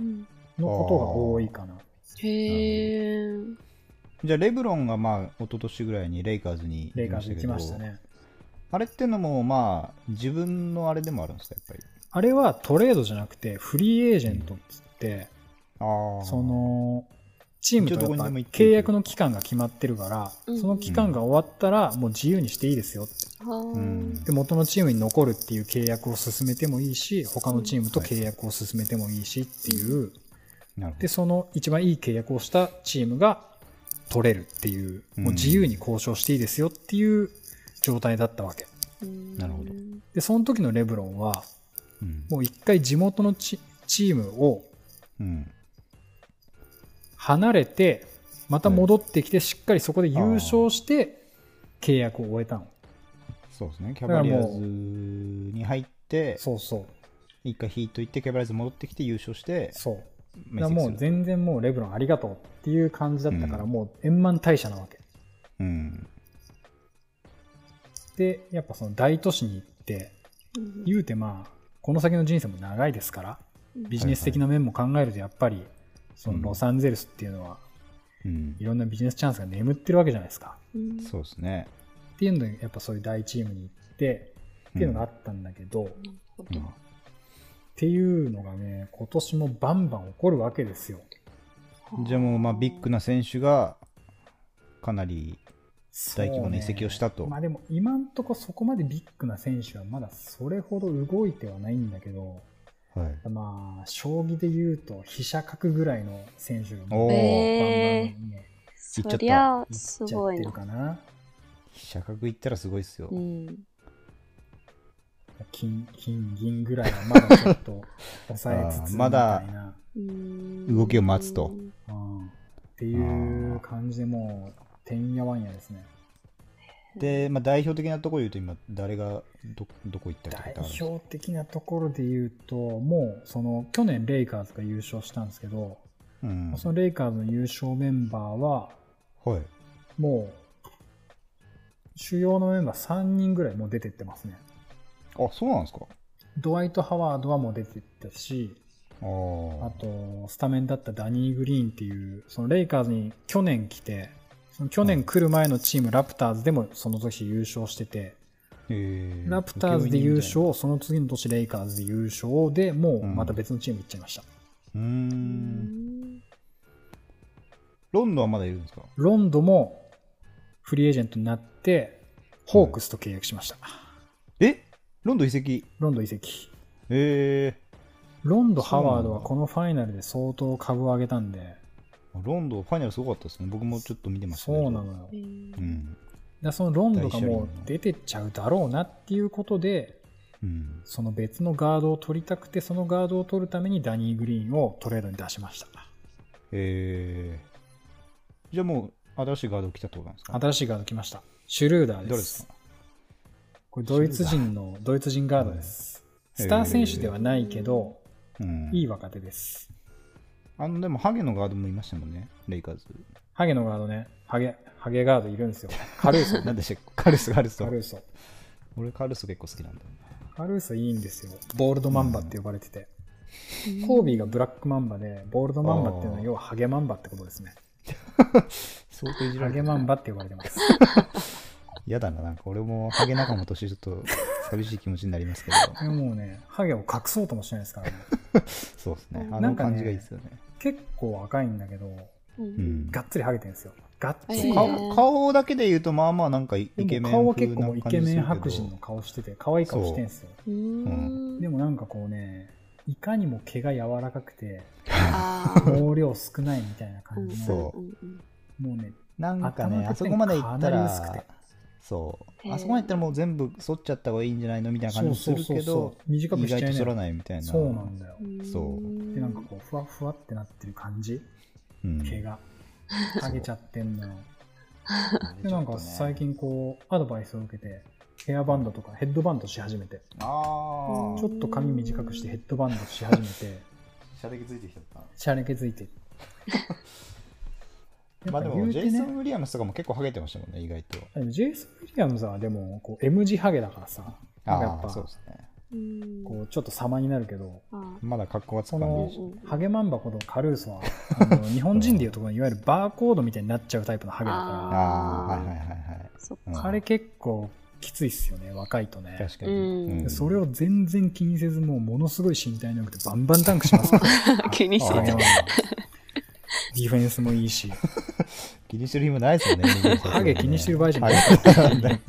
うんことが多いかな。へーじゃあレブロンがまあ一昨年ぐらいにレイカーズにレイカーズ行きましたね。あれってのもまあ自分のあれでもあるんですかやっぱりあれはトレードじゃなくてフリーエージェントっつって、ああそのチームとや一応っどこにぱでも行っていい契約の期間が決まってるから、うんその期間が終わったらもう自由にしていいですよってはーうんで元のチームに残るっていう契約を進めてもいいし他のチームと契約を進めてもいいしっていうなるほでその一番いい契約をしたチームが取れるっていううんもう自由に交渉していいですよっていう状態だったわけうんなるほどでその時のレブロンはどうんもう一回地元のチチームをうん離れてまた戻ってきてしっかりそこで優勝して契約を終えたのそうですねキャだからバリアもうーズに入ってそうそう一回引いといてキャバリアーズ戻ってきて優勝してそうだから面接すもるう全然もうレブロンありがとうっていう感じだったからうんもう円満退社なわけ、うんでやっぱその大都市に行ってうん言うてまあこの先の人生も長いですからうんビジネス的な面も考えるとやっぱりそのロサンゼルスっていうのはうんいろんなビジネスチャンスが眠ってるわけじゃないですかうんそうですねっていうのでやっぱそういう大チームに行ってっていうのがあったんだけど、っなるほうどんていうのがね今年もバンバン起こるわけですよじゃあもうまあビッグな選手がかなりそう大ね規模な移籍をしたと、まあでも今んとこそこまでビッグな選手はまだそれほど動いてはないんだけどはい、まあ将棋で言うと飛車角ぐらいの選手がもおうーえバンバンねー、そりゃあす行っちゃごっいてるな。かな飛車角行ったらすごいですよ、うん、金金銀ぐらいはまだちょっと抑えつつみたいなまだうん動きを待つとうん、っていう感じでもうてんやわんやですねで、まあ、代表的なところ言うと今誰がどどこ行ったりとかっ代てあるんですか表的なところで言うともうその去年レイカーズが優勝したんですけど、うんそのレイカーズの優勝メンバーははいもう主要のメンバー3人ぐらいもう出てってますねあそうなんですかドワイト・ハワードはもう出てったしああーと、スタメンだったダニー・グリーンっていう、そのレイカーズに去年来て、その去年来る前のチーム、ラプターズでもその年優勝してて、へーラプターズで優勝、その次の年レイカーズで優勝でもうまた別のチーム行っちゃいました。ううーんんロンドンはまだいるんですかロンドもフリーエージェントになって、ホークスと契約しました。えロンドン移籍ロンド移籍。えロンド・ハワードはこのファイナルで相当株を上げたんで、ー、ロンドンファイナルすごかったですね僕もちょっと見てましたねそうなのよ。えだかーうんらそのロンドがもう出てっちゃうだろうなっていうことで、うんその別のガードを取りたくてそのガードを取るためにダニー・グリーンをトレードに出しましたえー、じゃあもう新しいガード来たってことなんですか新しいガード来ましたシュルーダーです誰ですかこれドイツ人のドイツ人ガードですへースター選手ではないけど、うんいい若手ですあのでもハゲのガードもいましたもんね、レイカーズ。ハゲのガードねハゲハゲガードいるんですよカルーソなんでしたっけカルーソ、カルーカソ。ルーソ俺カルーソ結構好きなんだよカルーソいいんですよボールドマンバって呼ばれてて、うんコービーがブラックマンバでボールドマンバっていうのは要はハゲマンバってことですねな。相当いじハられてゲるマンバって呼ばれてます嫌だな、なんか俺もハゲ仲間としてちょっと寂しい気持ちになりま [LAUGHS] すけど。でももうねハゲを隠そうともしないですからねそうですね。なあのんかね感じがいいですよね。結構赤いんだけどううんんがっつりハゲてるんですよがっつりえー顔顔だけで言うと、まあまあなんかイでケもメン顔は風結な構もうイ感じケすメるンけど白人の顔してて可愛い顔してるんですようんでもなんかこうねいかにも毛が柔らかくてあー毛量少ないみたいなう感んじのそうんうんもうね [LAUGHS] なんか頭のてっぺね、んあそこまで行ったかなり薄くらて、そう。へーあそこまで行ったらもう全部剃っちゃった方がいいんじゃないのみたいなそ感うじそもうすそるうけどそ、う短くし意ち外ゃとい剃らないないみたいな。そうなんだようんそうでなんかこうふわふわってなってる感じうん毛 [LAUGHS] がハゲちゃってんのよでちなょんっとかね最近こうアドバイスを受けてヘアバンドとかヘッドバンドし始めてあちょっと髪短くしてヘッドバンドし始めて [LAUGHS] 射的ついてきちゃった。 [LAUGHS] シャレ気づいてっまあでやっも、ぱジ言ェイうてソねン・ウィリアムスとかも結構ハゲてましたもんね、意外と。でもジェイソン・ウィリアムズはでもこう M 字ハゲだからさなんかやあっあ、ぱそうですね。うんこうちょっと様になるけどあまだ格好はつそかんでいいのし。ハゲマンバことカルーソはあ [LAUGHS] の日本人でいうところのいわゆるバーコードみたいになっちゃうタイプのハゲだあかあ、あはいーはいはいはい。そっかうんら彼結構きついっすよね若いとね確かに。うんうんそれを全然気にせずもうものすごい身体能力でバンバンタンクしますから気にせハゲずマンバディフェンスもいいし気にしてる暇ないですよね。 [LAUGHS] ハゲ気にしてる場合じゃないい。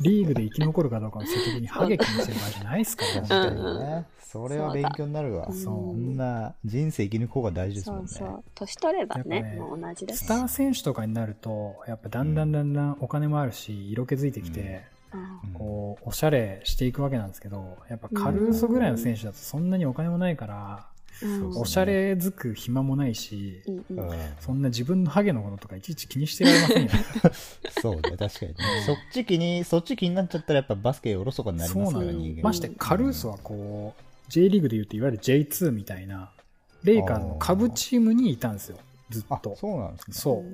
リーグで生き残るかどうかの責任にハゲ気にしてる場合じゃないっすから確本か当ににね。それは勉強になるわ。うんそうそんな人生生き抜く方が大事ですそもんうね。そう年取ればねやっぱねもう同じだしスター選手とかになるとやっぱだんだんだんだんお金もあるし色気づいてきて、あうんこうおしゃれしていくわけなんですけどやっぱカルーソぐらいの選手だとそんなにお金もないかーうんら、そうおしゃれづく暇もないし、うんうんうんそんな自分のハゲのこととかいちいち気にしてられませんよそうね、確かにね。そっち気に、そっち気になっちゃったらやっぱバスケおろそかになりそうますなかんら、よ人間。ましてカルーソはこう J リーグでいうといわゆる J2 みたいなレイカーズの下部チームにいたんですよずっあ、とそうなんですね。そうう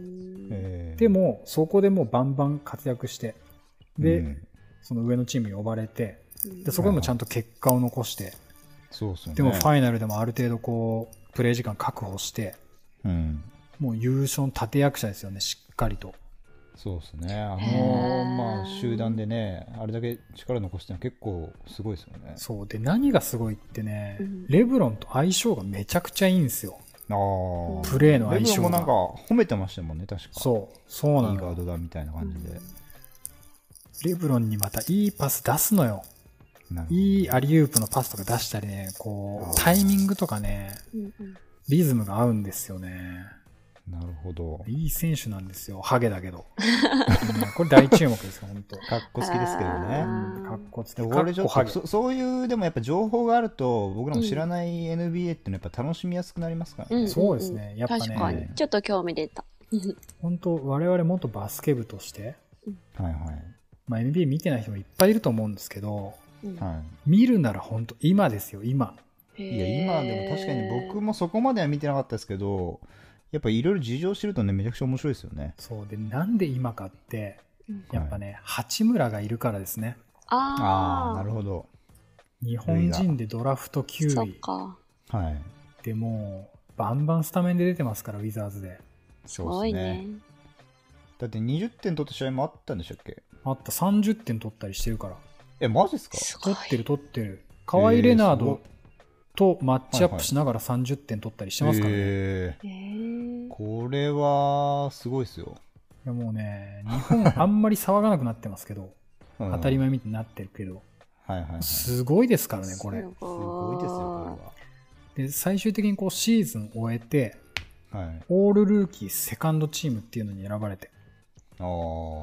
へーで、もそこでもうバンバン活躍してで、うんその上のチームに呼ばれてんでそこでもちゃんと結果を残して、そうっすよね。でもファイナルでもある程度こうプレー時間確保してうん。もう優勝の立役者ですよねしっかりとそうですね。あへの、ーまあ、集団でね、あれだけ力残してるのは結構すごいですよね。そうで何がすごいってね、うんレブロンと相性がめちゃくちゃいいんですよああ。プレーの相レブロン性もがなんか褒めてましたもんね、確か。そうそうないいのガーよドだみたいな感じで。レブロンにまたいいパス出すのよなるほどいいアリウープのパスとか出したりねこあーうタイミングとかねうんうんリズムが合うんですよねなるほど。いい選手なんですよハゲだけど、うんこれ大注目ですよ本当かっこ好きですけど [LAUGHS] ねあ。ーかっこつけでかもっ俺ちょこっハとゲそそういうでもやっぱ情報があると僕らも知らない NBA ってのはやっぱ楽しみやすくなりますからうんね。んんそうですねやっぱね確かにちょっと興味出た本当我々元バスケ部として、はいはいまあ、NBA 見てない人もいっぱいいると思うんですけどは見るなら本当今ですよ今い。いや今でも確かに僕もそこまでは見てなかったですけど、やっぱいろいろ事情知るとねめちゃくちゃ面白いですよね。そうでなんで今かってうんやっぱね、八村がいるからですねああなあるほど。日本人でドラフトあそ9っ位かはい。でもうバンバンスタメンで出てますからウィザーズですごいねだって20点取った試合もあったんでしたっけ？あった30点取ったりしてるからえマジですか？すごい取ってる取ってるカワイ・レナードとマッチアッはいはプいしながら30点取ったりしてますからね、へへーーこれはすごいですよ。いやもうね、日本あ [LAUGHS] んまり騒がなくなってますけど、うん当たり前みたいになってるけど、はいはいはい。すすごいですからね、これす。ごごいですよこで、最終的にこうシーズン終えて、れは。はい。オールルーキーセカンドチームっていうのに選ばれて、ああ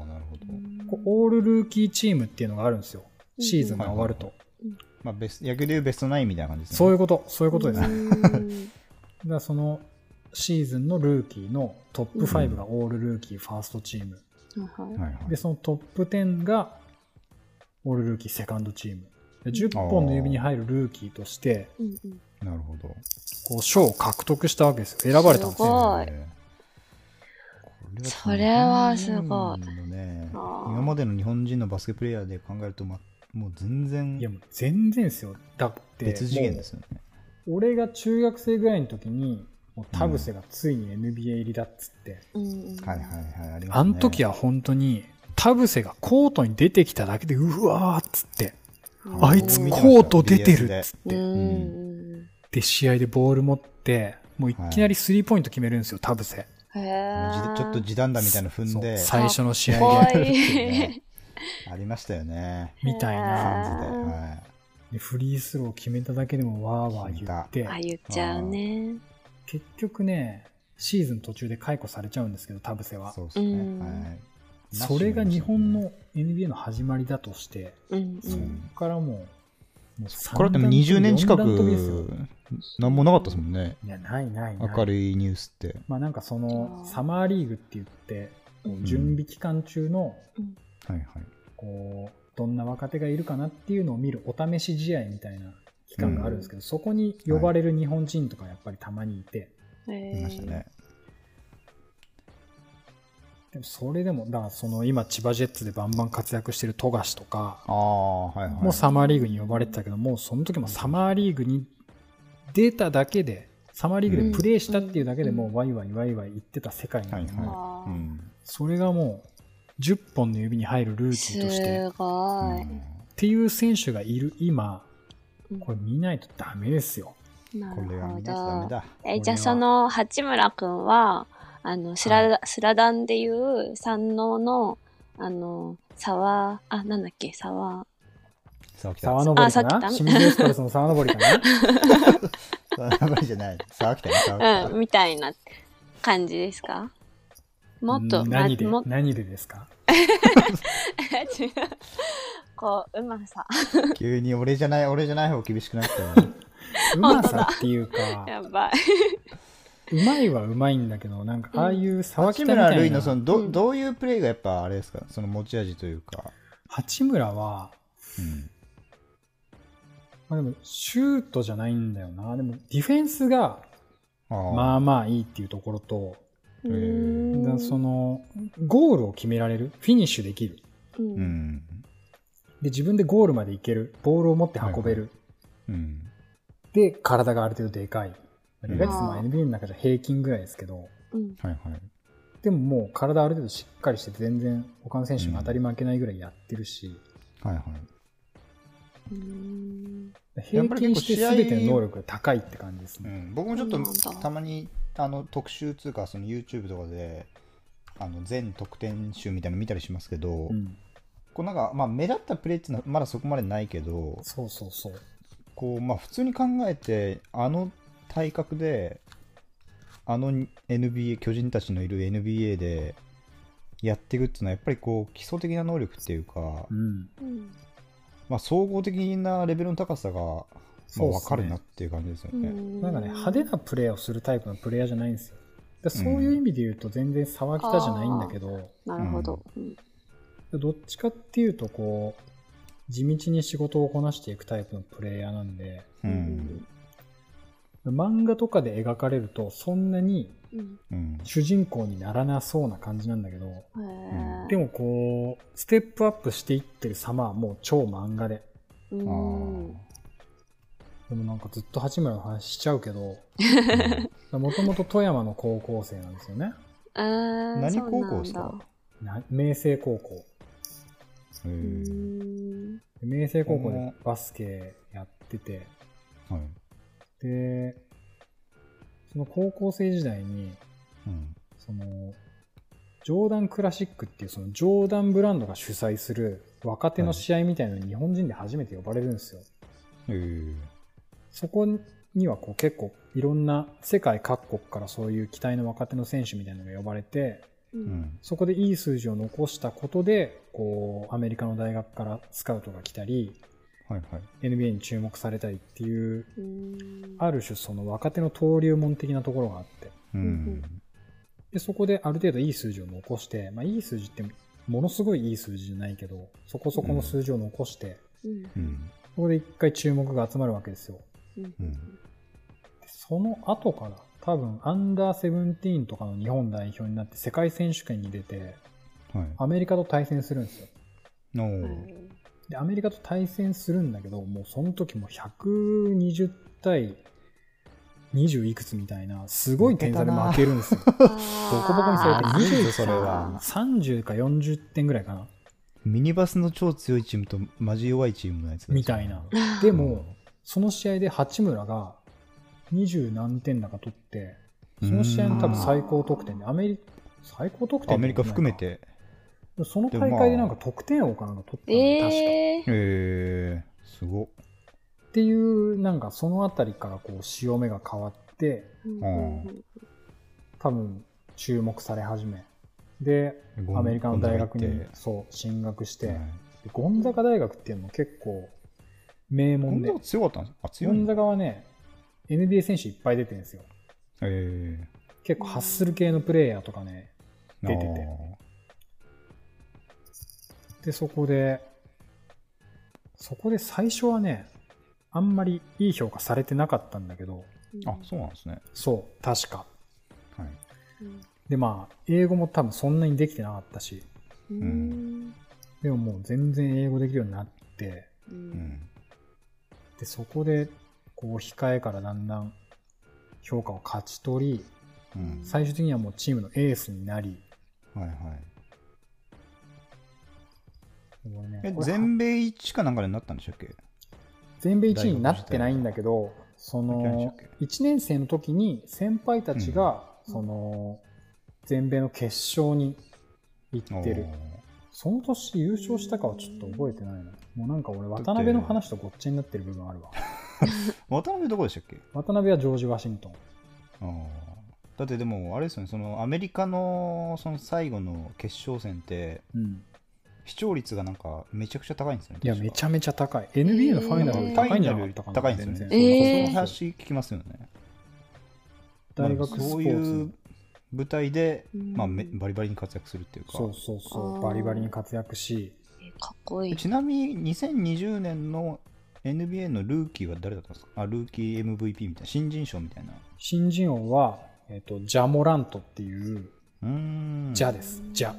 なるほど。こうオールルーキーチームっていうのがあるんですよ、シーズンが終わるうと。まあ、ベスト野球でいうベストナインみたいな感じですね。そういううこと、そういうことです。だかねらそのシーズンのルーキーのトップ5がオールルーキーファーストチーム、はいはい、で、そのトップ10がオールルーキーセカンドチーム。で10本の指に入るルーキーとして、なるほど。こう賞を獲得したわけですよ選ばれたんですすよごいえーそれはすごいこれは日本のね、あー今までの日本人のバスケプレイヤーで考えると、ま、もう全然いやもう全然ですよだって別次元ですよね。もう俺が中学生ぐらいの時にもう田臥がついに NBA 入りだっつって、はいはいはい。ありますねあの時は本当に田臥がコートに出てきただけでうわーっつってうんあいつコート出てるっつって、うんで試合でボール持ってもういきなりスリーポイント決めるんですよ田臥、へもうじえちょっと時短だみたいなの踏んそうで、最初の試かっこ合いいでねありましたよね。みたいな感じで。うんはでフリースロー決めただけでもわーわー言ってあ言っちゃうね結局ねシーズン途中で解雇されちゃうんですけど田臥い。はそうですね。うんはい。それが日本の NBA の始まりだとして、うんうそんこからもうもうこれでも20年近く、なんもなかったですもんね。いやないないない明るいニュースって。まあなんかそのあーサマーリーグって言ってうこうん準備期間中のはいはい。こうどんな若手がいるかなっていうのを見るお試し試合みたいな期間があるんですけど、そこに呼ばれる日本人とかやっぱりたまにいて、へーいましたね。でもそれでも、だからその今千葉ジェッツでバンバン活躍してる富樫とか、ああ、はいはい。もうサマーリーグに呼ばれてたけど、もうその時もサマーリーグに出ただけで、サマーリーグでプレーしたっていうだけでもうワイワイワイワイ言ってた世界なのに、はいはいあうーん。それがもう10本の指に入るルーキーとしすてごい。っていう選手がいる今うん、これ見ないとダメですよ。なこれるはほ見なきゃダメど。だ。これえ、はじゃあその八村くんは、あの、スラダ、スラダンでいう三能の、あの、沢、あ、なんだっけ、沢。沢北。沢登りかあさっきなだ清水エスパルスの沢登りかな [LAUGHS] 沢北じゃない。沢北ね。沢う [LAUGHS] 北。ん、みたいな感じですかもっと、うんま何でもっと、何でですか [LAUGHS] 違うこう、うまさ。 [LAUGHS] 急に俺じゃない、俺じゃない方厳しくなったよ。うまさっていうか、やばい。うまいはうまいんだけど、なんかああいう沢北八みた村い塁なのそのうどんどういうプレーがやっぱあれですかその持ち味というか、八村は、うん、まあ、でもシュートじゃないんだよな。でもディフェンスがあまあまあいいっていうところと、うーだからんそのゴールを決められる、フィニッシュできる。ううんんで、自分でゴールまで行ける。ボールを持って運べる。うんで、体がある程度でかい。まあでかいっつってもあー NBA の中じゃ平均ぐらいですけど、うんはいはいでももう体ある程度しっかりしてて全然他の選手に当たり負けないぐらいやってるし、はいはいうん平均して全ての能力が高いって感じですうね。ん、僕もちょっとそうなんだたまにあの特集つうかその YouTube とかであの全得点集みたいなの見たりしますけど、うん、こうなんか、まあ、目立ったプレーっていうのはまだそこまでないけどそうそうそう。こう、まあ、普通に考えてあの体格であの NBA 巨人たちのいる NBA でやっていくっていうのはやっぱりこう基礎的な能力っていうかう、ん、うんまあ、総合的なレベルの高さが、まあ、そうっすね分かるなっていう感じですようね。んなんかね、派手なプレーをするタイプのプレイヤーじゃないんですよ。だからそういう意味で言うと全然沢北じゃないんだけど、なるほど。うんどっちかっていうとこう、地道に仕事をこなしていくタイプのプレイヤーなんで、うん漫画とかで描かれるとそんなにうんうん主人公にならなそうな感じなんだけど、へーでもこう、ステップアップしていってる様はもう超漫画で。うんでもなんかずっと八村の話しちゃうけど、あーもともと富山の高校生なんですよね。あー何そう高なん校だですかな明星高校。へうーんで明星高校うでんバスケやってて、はいで、その高校生時代に、うんその、ジョーダンクラシックっていうそのジョーダンブランドが主催する若手の試合みたいなのに日本人で初めて呼ばれるんですよ。へーそこにはこう結構いろんな世界各国からそういう期待の若手の選手みたいなのが呼ばれてううんんそこでいい数字を残したことでこうアメリカの大学からスカウトが来たりはいはい NBA に注目されたりっていううんある種その若手の登竜門的なところがあってうんうんでそこである程度いい数字を残して、まあ、いい数字ってものすごいいい数字じゃないけどそこそこの数字を残してうんうんそこで一回注目が集まるわけですよ。うんうんその後から、多分、アンダーセブンティーンとかの日本代表になって、世界選手権に出て、はいアメリカと対戦するんですよ。ので、アメリカと対戦するんだけど、もうその時も120対20いくつみたいな、すごい点差で負けるんですよ。ボコボコボコにされてあー20それは30か40点ぐらいかな。ミニバスの超強いチームとマジ弱いチームのやつだみたいな。ででも、その試合で八村が20何点だか取って、その試合の多分最高得点で、アメリ最高得点アメリカ含めてその大会でなんか得点王かなんか取ったの、確か。えーへえすごっっていう、なんかそのあたりからこう、潮目が変わって、うん多分注目され始め。で、ゴンアメリカの大学ゴンザにが行っそう進学して、てでゴンザカ大学っていうのも結構名ゴ門ンでザが、強かったんですかあゴ強いンんだザカはね、NBA 選手いっぱい出てるんですよ。へえ結構ハッスル系のプレイヤーとかね、出ててで、そこで、そこで最初はね、あんまりいい評価されてなかったんだけど、あーあそうなんですねそう、確か。はいうんでまあ英語も多分そんなにできてなかったしうんん。でももう全然英語できるようになってう。うんんでそこでこう控えからだんだん評価を勝ち取りうん最終的にはもうチームのエースになりはいはいもうねえこれ全米一かなんかでなったんでしたっけ全米1位になってないんだけどその1年生の時に先輩たちが、うんその全米の決勝に行ってる、その年優勝したかはちょっと覚えてないなもうなんか俺渡辺の話とごっちゃになってる部分あるわおー渡辺どこでしたっけ渡辺はジョージ・ワシントンあーだってでもあれですよねそのアメリカのその最後の決勝戦ってうん視聴率がなんかめちゃくちゃ高いんですよねいやめちゃゃめちゃ高い NBA のファイナルより高いんじゃなかったかな高いんですよね全そ然うえーその話聞きますよね大学スポまあそういーうツ舞台で、うんまあ、めバリバリに活躍するっていうかそうそうそあうーバリバリに活躍しえかっこいい。ちなみに2020年の NBA のルーキーは誰だったんですかあルーキー MVP みたいな新人賞みたいな新人王は、えっとジャ・モラントっていううーんジャです。ジャ。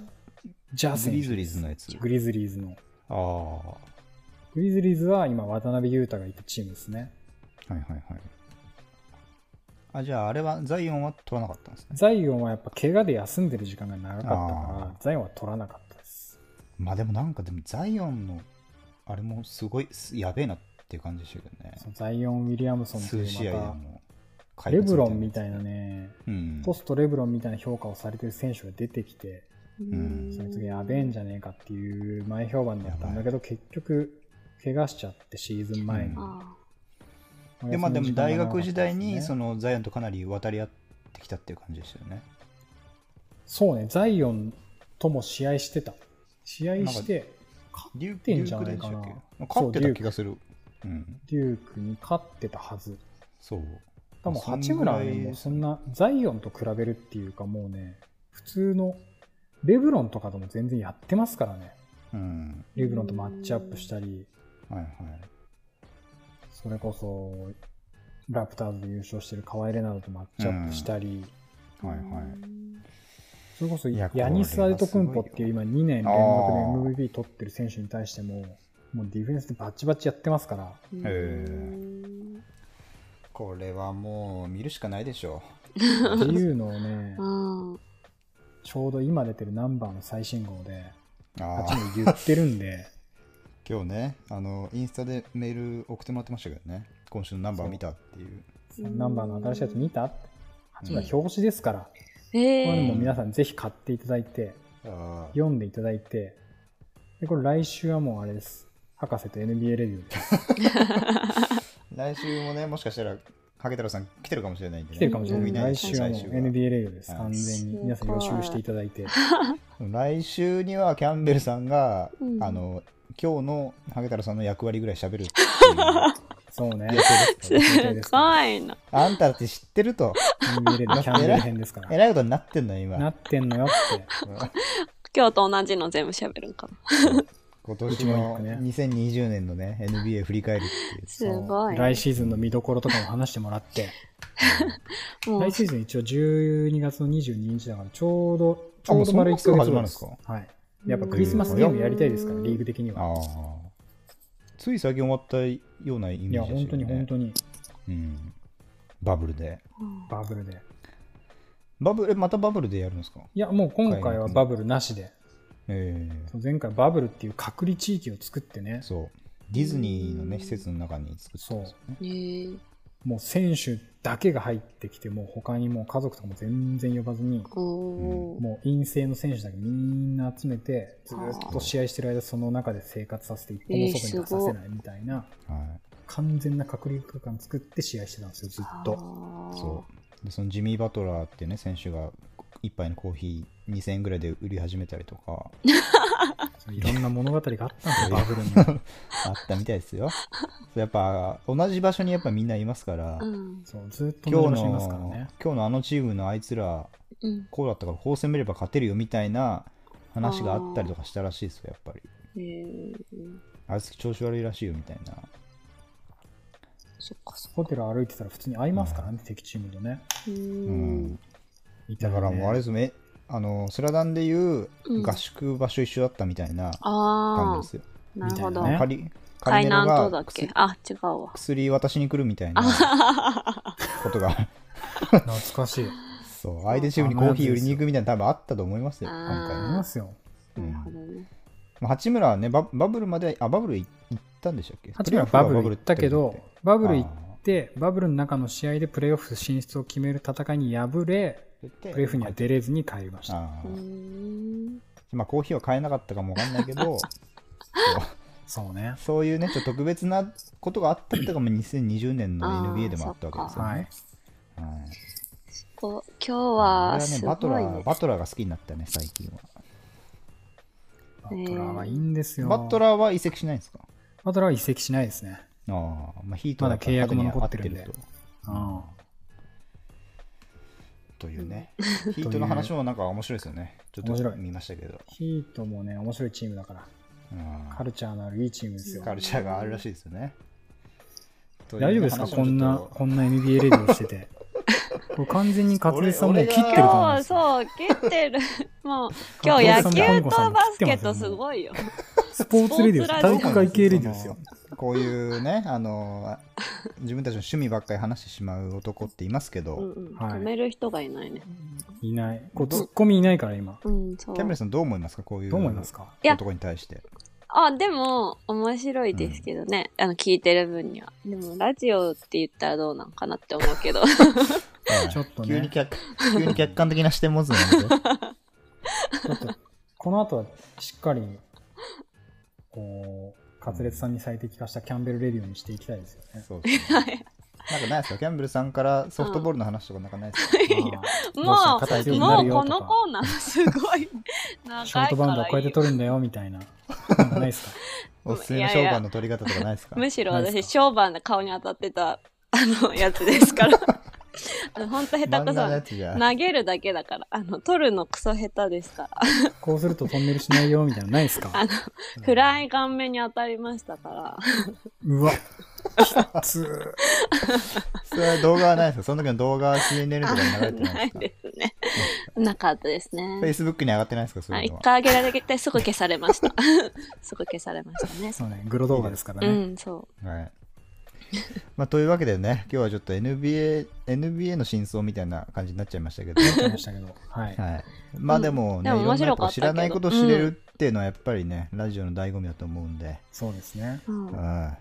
ジャグ選手リズリーズのやつグリズリーズの。ああはグリズリーズは今、渡辺裕太がいたチームですね。いはいはいあじゃああれはザイオンは取らなかったんですねザイオンはやっぱ怪我で休んでる時間が長かったかあら、ザイオンは取らなかったです。まあでもなんかでもザイオンのあれもすごいすやべえなっていう感じでしたけどねそのザイオン・ウィリアムソンって数い試合うでまもた、レブロンみたいなね、うんポストレブロンみたいな評価をされてる選手が出てきて、んそいつがやべえんじゃねえかっていう前評判だったんだけど、結局、怪我しちゃってシーズン前にう。んあでまあでも大学時代にそののザイオンとかなり渡り合ってきたっていう感じでしたよねそうね、ザイオンとも試合してた。試合して、デュークてんじゃないかなデュークでしたっけまあ勝ってた気がするうんデュークに勝ってたはず。そう多分八村はね、もうそんな、ザイオンと比べるっていうか、もうね、普通の、レブロンとかとも全然やってますからね。うんレブロンとマッチアップしたり、はいはいそれこそ、ラプターズで優勝してる河合レナードとマッチアップしたり、ーはいはいそれこそいやヤニス・アデトクンポっていう今2年連続で MVP 取ってる選手に対しても、もうディフェンスでバチバチやってますから、うんへーこれはもう見るしかないでしょ自由のねう、ん。ちょうど今出てるナンバーの最新号で、うああっあちも言ってるんで、今日ねあのインスタでメール送ってもらってましたけどね今週のナンバー見たっていううんナンバーの新しいやつ見たあっちも表紙ですから、これはえもうえ。皆さんぜひ買っていただいて、ああ読んでいただいて、でこれ来週はもうあれです。博士と NBA レビューです。来週もねもしかしたらハゲ太郎さん来てるかもしれないんで、ね、来てるかもしれ僕ない。来です週はもう NBA レビューです。はい完全に皆さん予習していただいて。来週にはキャンベルさんが、うんあの今日のハゲ太郎さんの役割ぐらい喋るっ [LAUGHS] ていそうね。 [LAUGHS] う予定ですすごいすごいな。あんたたち知ってると NBA レビューキャンベル編ですかえら。らいことになってんだよな今ってんのよって。今日と同じの全部喋るんかな。今年の2020年のね NBA 振り返るっていうすごい。来シーズンの見どころとかも話してもらって。もう来シーズン一応12月の22日だからちょうどちあもょううど丸1そヶん月後なすぐ始まるんですかはいやっぱクリスマスゲームやりたいですからリーグ的にはああつい最近終わったようなイいメやージですよね本当に本当にうん、バブルでうんバブルでバブルえまたバブルでやるんですかいやもう今回はバブルなしでええそう前回バブルっていう隔離地域を作ってねそうディズニーのね施設の中に作ってそうますよねへーもう選手だけが入ってきてもう他にもう家族とかも全然呼ばずにおーもう陰性の選手だけみんな集めてずっと試合してる間その中で生活させて一歩も外に出させないみたいなはい完全な隔離空間作って試合してたんですよずっと。あーそうでそのジミー・バトラーっていうね選手が一杯のコーヒー2000円ぐらいで売り始めた [LAUGHS] りとかいろんな物語があったんですよ、バブルには。あったみたいですよそうやっぱ同じ場所にやっぱみんないますから、うんそう、ずっと今同日じ場所いますからの、ね。今日のあのチームのあいつらうんこうだったからこう攻めれば勝てるよみたいな話があったりとかしたらしいですよやっぱりへーあいつ調子悪いらしいよみたいなそっかそっかホテル歩いてたら普通に会いますからね、敵チームとね。ううんんいただよねからもうあれですね、あの、スラダンでいう合宿場所一緒だったみたいなあ感じですよ。あ、なるほど。みたいなねカリカ海リネロ南島だがっけ薬あ、違うわ。薬渡しに来るみたいなあこ [LAUGHS] とが、懐かしい。そう、相手チームにコーヒー売りに行くみたいなの多分あったと思いますよ、あ今ー回あねりますよ。なるほどね。まあ八村はねバ、バブルまでは、あ、バブル行ったんでしたっけ八村はバブル行ったけど、ババブル行って、バブルの中の試合でプレーオフ進出を決める戦いに敗れ、ププレーオフには出れずに帰りました。あうーーん。まあコーヒーは買えなかったかもわか [LAUGHS] んないけどそうそうね。そういうねちょっと特別なことがあったってのがまあ2020年の NBA でもあったわけですよはねい。。はいこう今日は俺はねすバトごラいーね。バトラーが好きになったね最近はバトラーはいいんですよ。バトラーは移籍しないんですかバトラーは移籍しないですね。ああまあヒートまだ契約も残ってるんでとうん。というねヒートの話もなんか面白いですよねちょっ面白とい見ましたけどヒートもね、面白いチームだから、うんカルチャーのあるいいチームですよ。カルチャーがあるらしいですよねというね大丈夫ですか話もこんな、ちょっとこんな NBA レディをして [LAUGHS] て。これ完全に勝地さんもう切ってると思う今んで日すよ。そう切ってる [LAUGHS] もう今日野球とバスケットすごいよスポーツレディオです、スポーツラ体ジオ育会系レディオですよ。そのこういうね、あの、自分たちの趣味ばっかり話してしまう男っていますけど、うんうんは止いめる人がいないねいない。こうツッコミいないから今。うんそうキャメルさんどう思いますかこういうどう思いますかいや男に対して。あでも面白いですけどね、あの聞いてる分にはでもラジオって言ったらどうなんかなって思う [LAUGHS] けどはいちょっとね急に客急に客観的な視点持つのやめてちょっと、この後はしっかり、こう、カツレツさんに最適化したキャンベルレディオにしていきたい [LAUGHS] ですよね。そうですねなんかないですかキャンベルさんからソフトボールの話とかなんかないですか、まあもどうすうるも硬ういこのコーナーすご [LAUGHS] い長いシかョらートバウンドはこうやっていいよ取るんだよみたいな。なんかないですかおすすめの商売の取り方とかないですかむしろないで私すか小判の顔に当たってたあのやつですから [LAUGHS] あの本当下手漫画くそのなやつじゃ投げるだけだからあの取るのクソ下手ですからこうするとトンネルしないよみたいなのないですかあのフライ顔面に当たりましたからうわ。きつーそれは動画はないですかその時の動画は CNN とかに流れて [LAUGHS] なないいですかですねなかったですね Facebook に上がってないですかそうあいう一のは回上げられてすぐ消されました [LAUGHS] すぐ消されましたねそうね、グロ動画ですからうね。んそはい。まあ、というわけでね、今日はちょっと NBA, NBA の真相みたいな感じになっちゃいましたけ [LAUGHS] ど、出ましたけど。はい。はい、まあでもね、うんいでも面ろんなこと白かったけど知らないことを知れるっていうのはやっぱりね、ラジオの醍醐味だと思うんで、そうですね。う、うん、は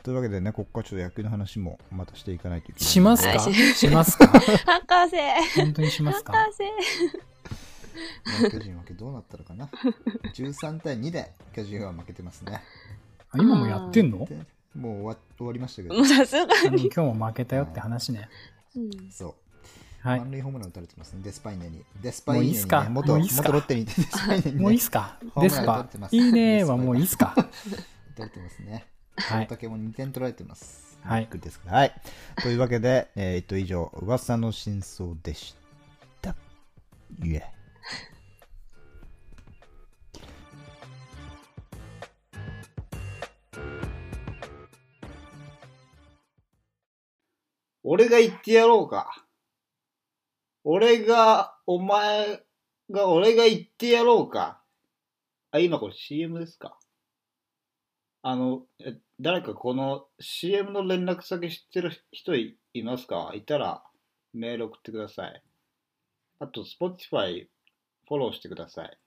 い。というわけでね、ここからちょっと野球の話もまたしていかないといけない。しますかはいしますか博士本当にします博か士まあ巨人負けどうなったのかな ?13 対2で巨人は負けてますね。あ今もやってんのでもう終わ終わりましたけもどう、さすがあのに、今日も負けたよって話ね。うん、そう。はい。満塁ホームラン打たれてますね、デスパイネに。デスパイもうネいいに、っねすか、元もういいっすか元ロッテにいてデスパイネに、[LAUGHS] ね、もういいっすかホーでムすラン打たかれてますいいねーはもういいっすか打たれてますね。は大い。竹も2点取られてます。はいびっくりですがはい。というわけで、えーっと、以上、噂の真相でした。いえ。俺が言ってやろうか。俺が、お前が、俺が言ってやろうか。あ、今これ CM ですかあの、え誰かこの CM の連絡先知ってる人いいますかいたらメール送ってください。あと、Spotify フォローしてください。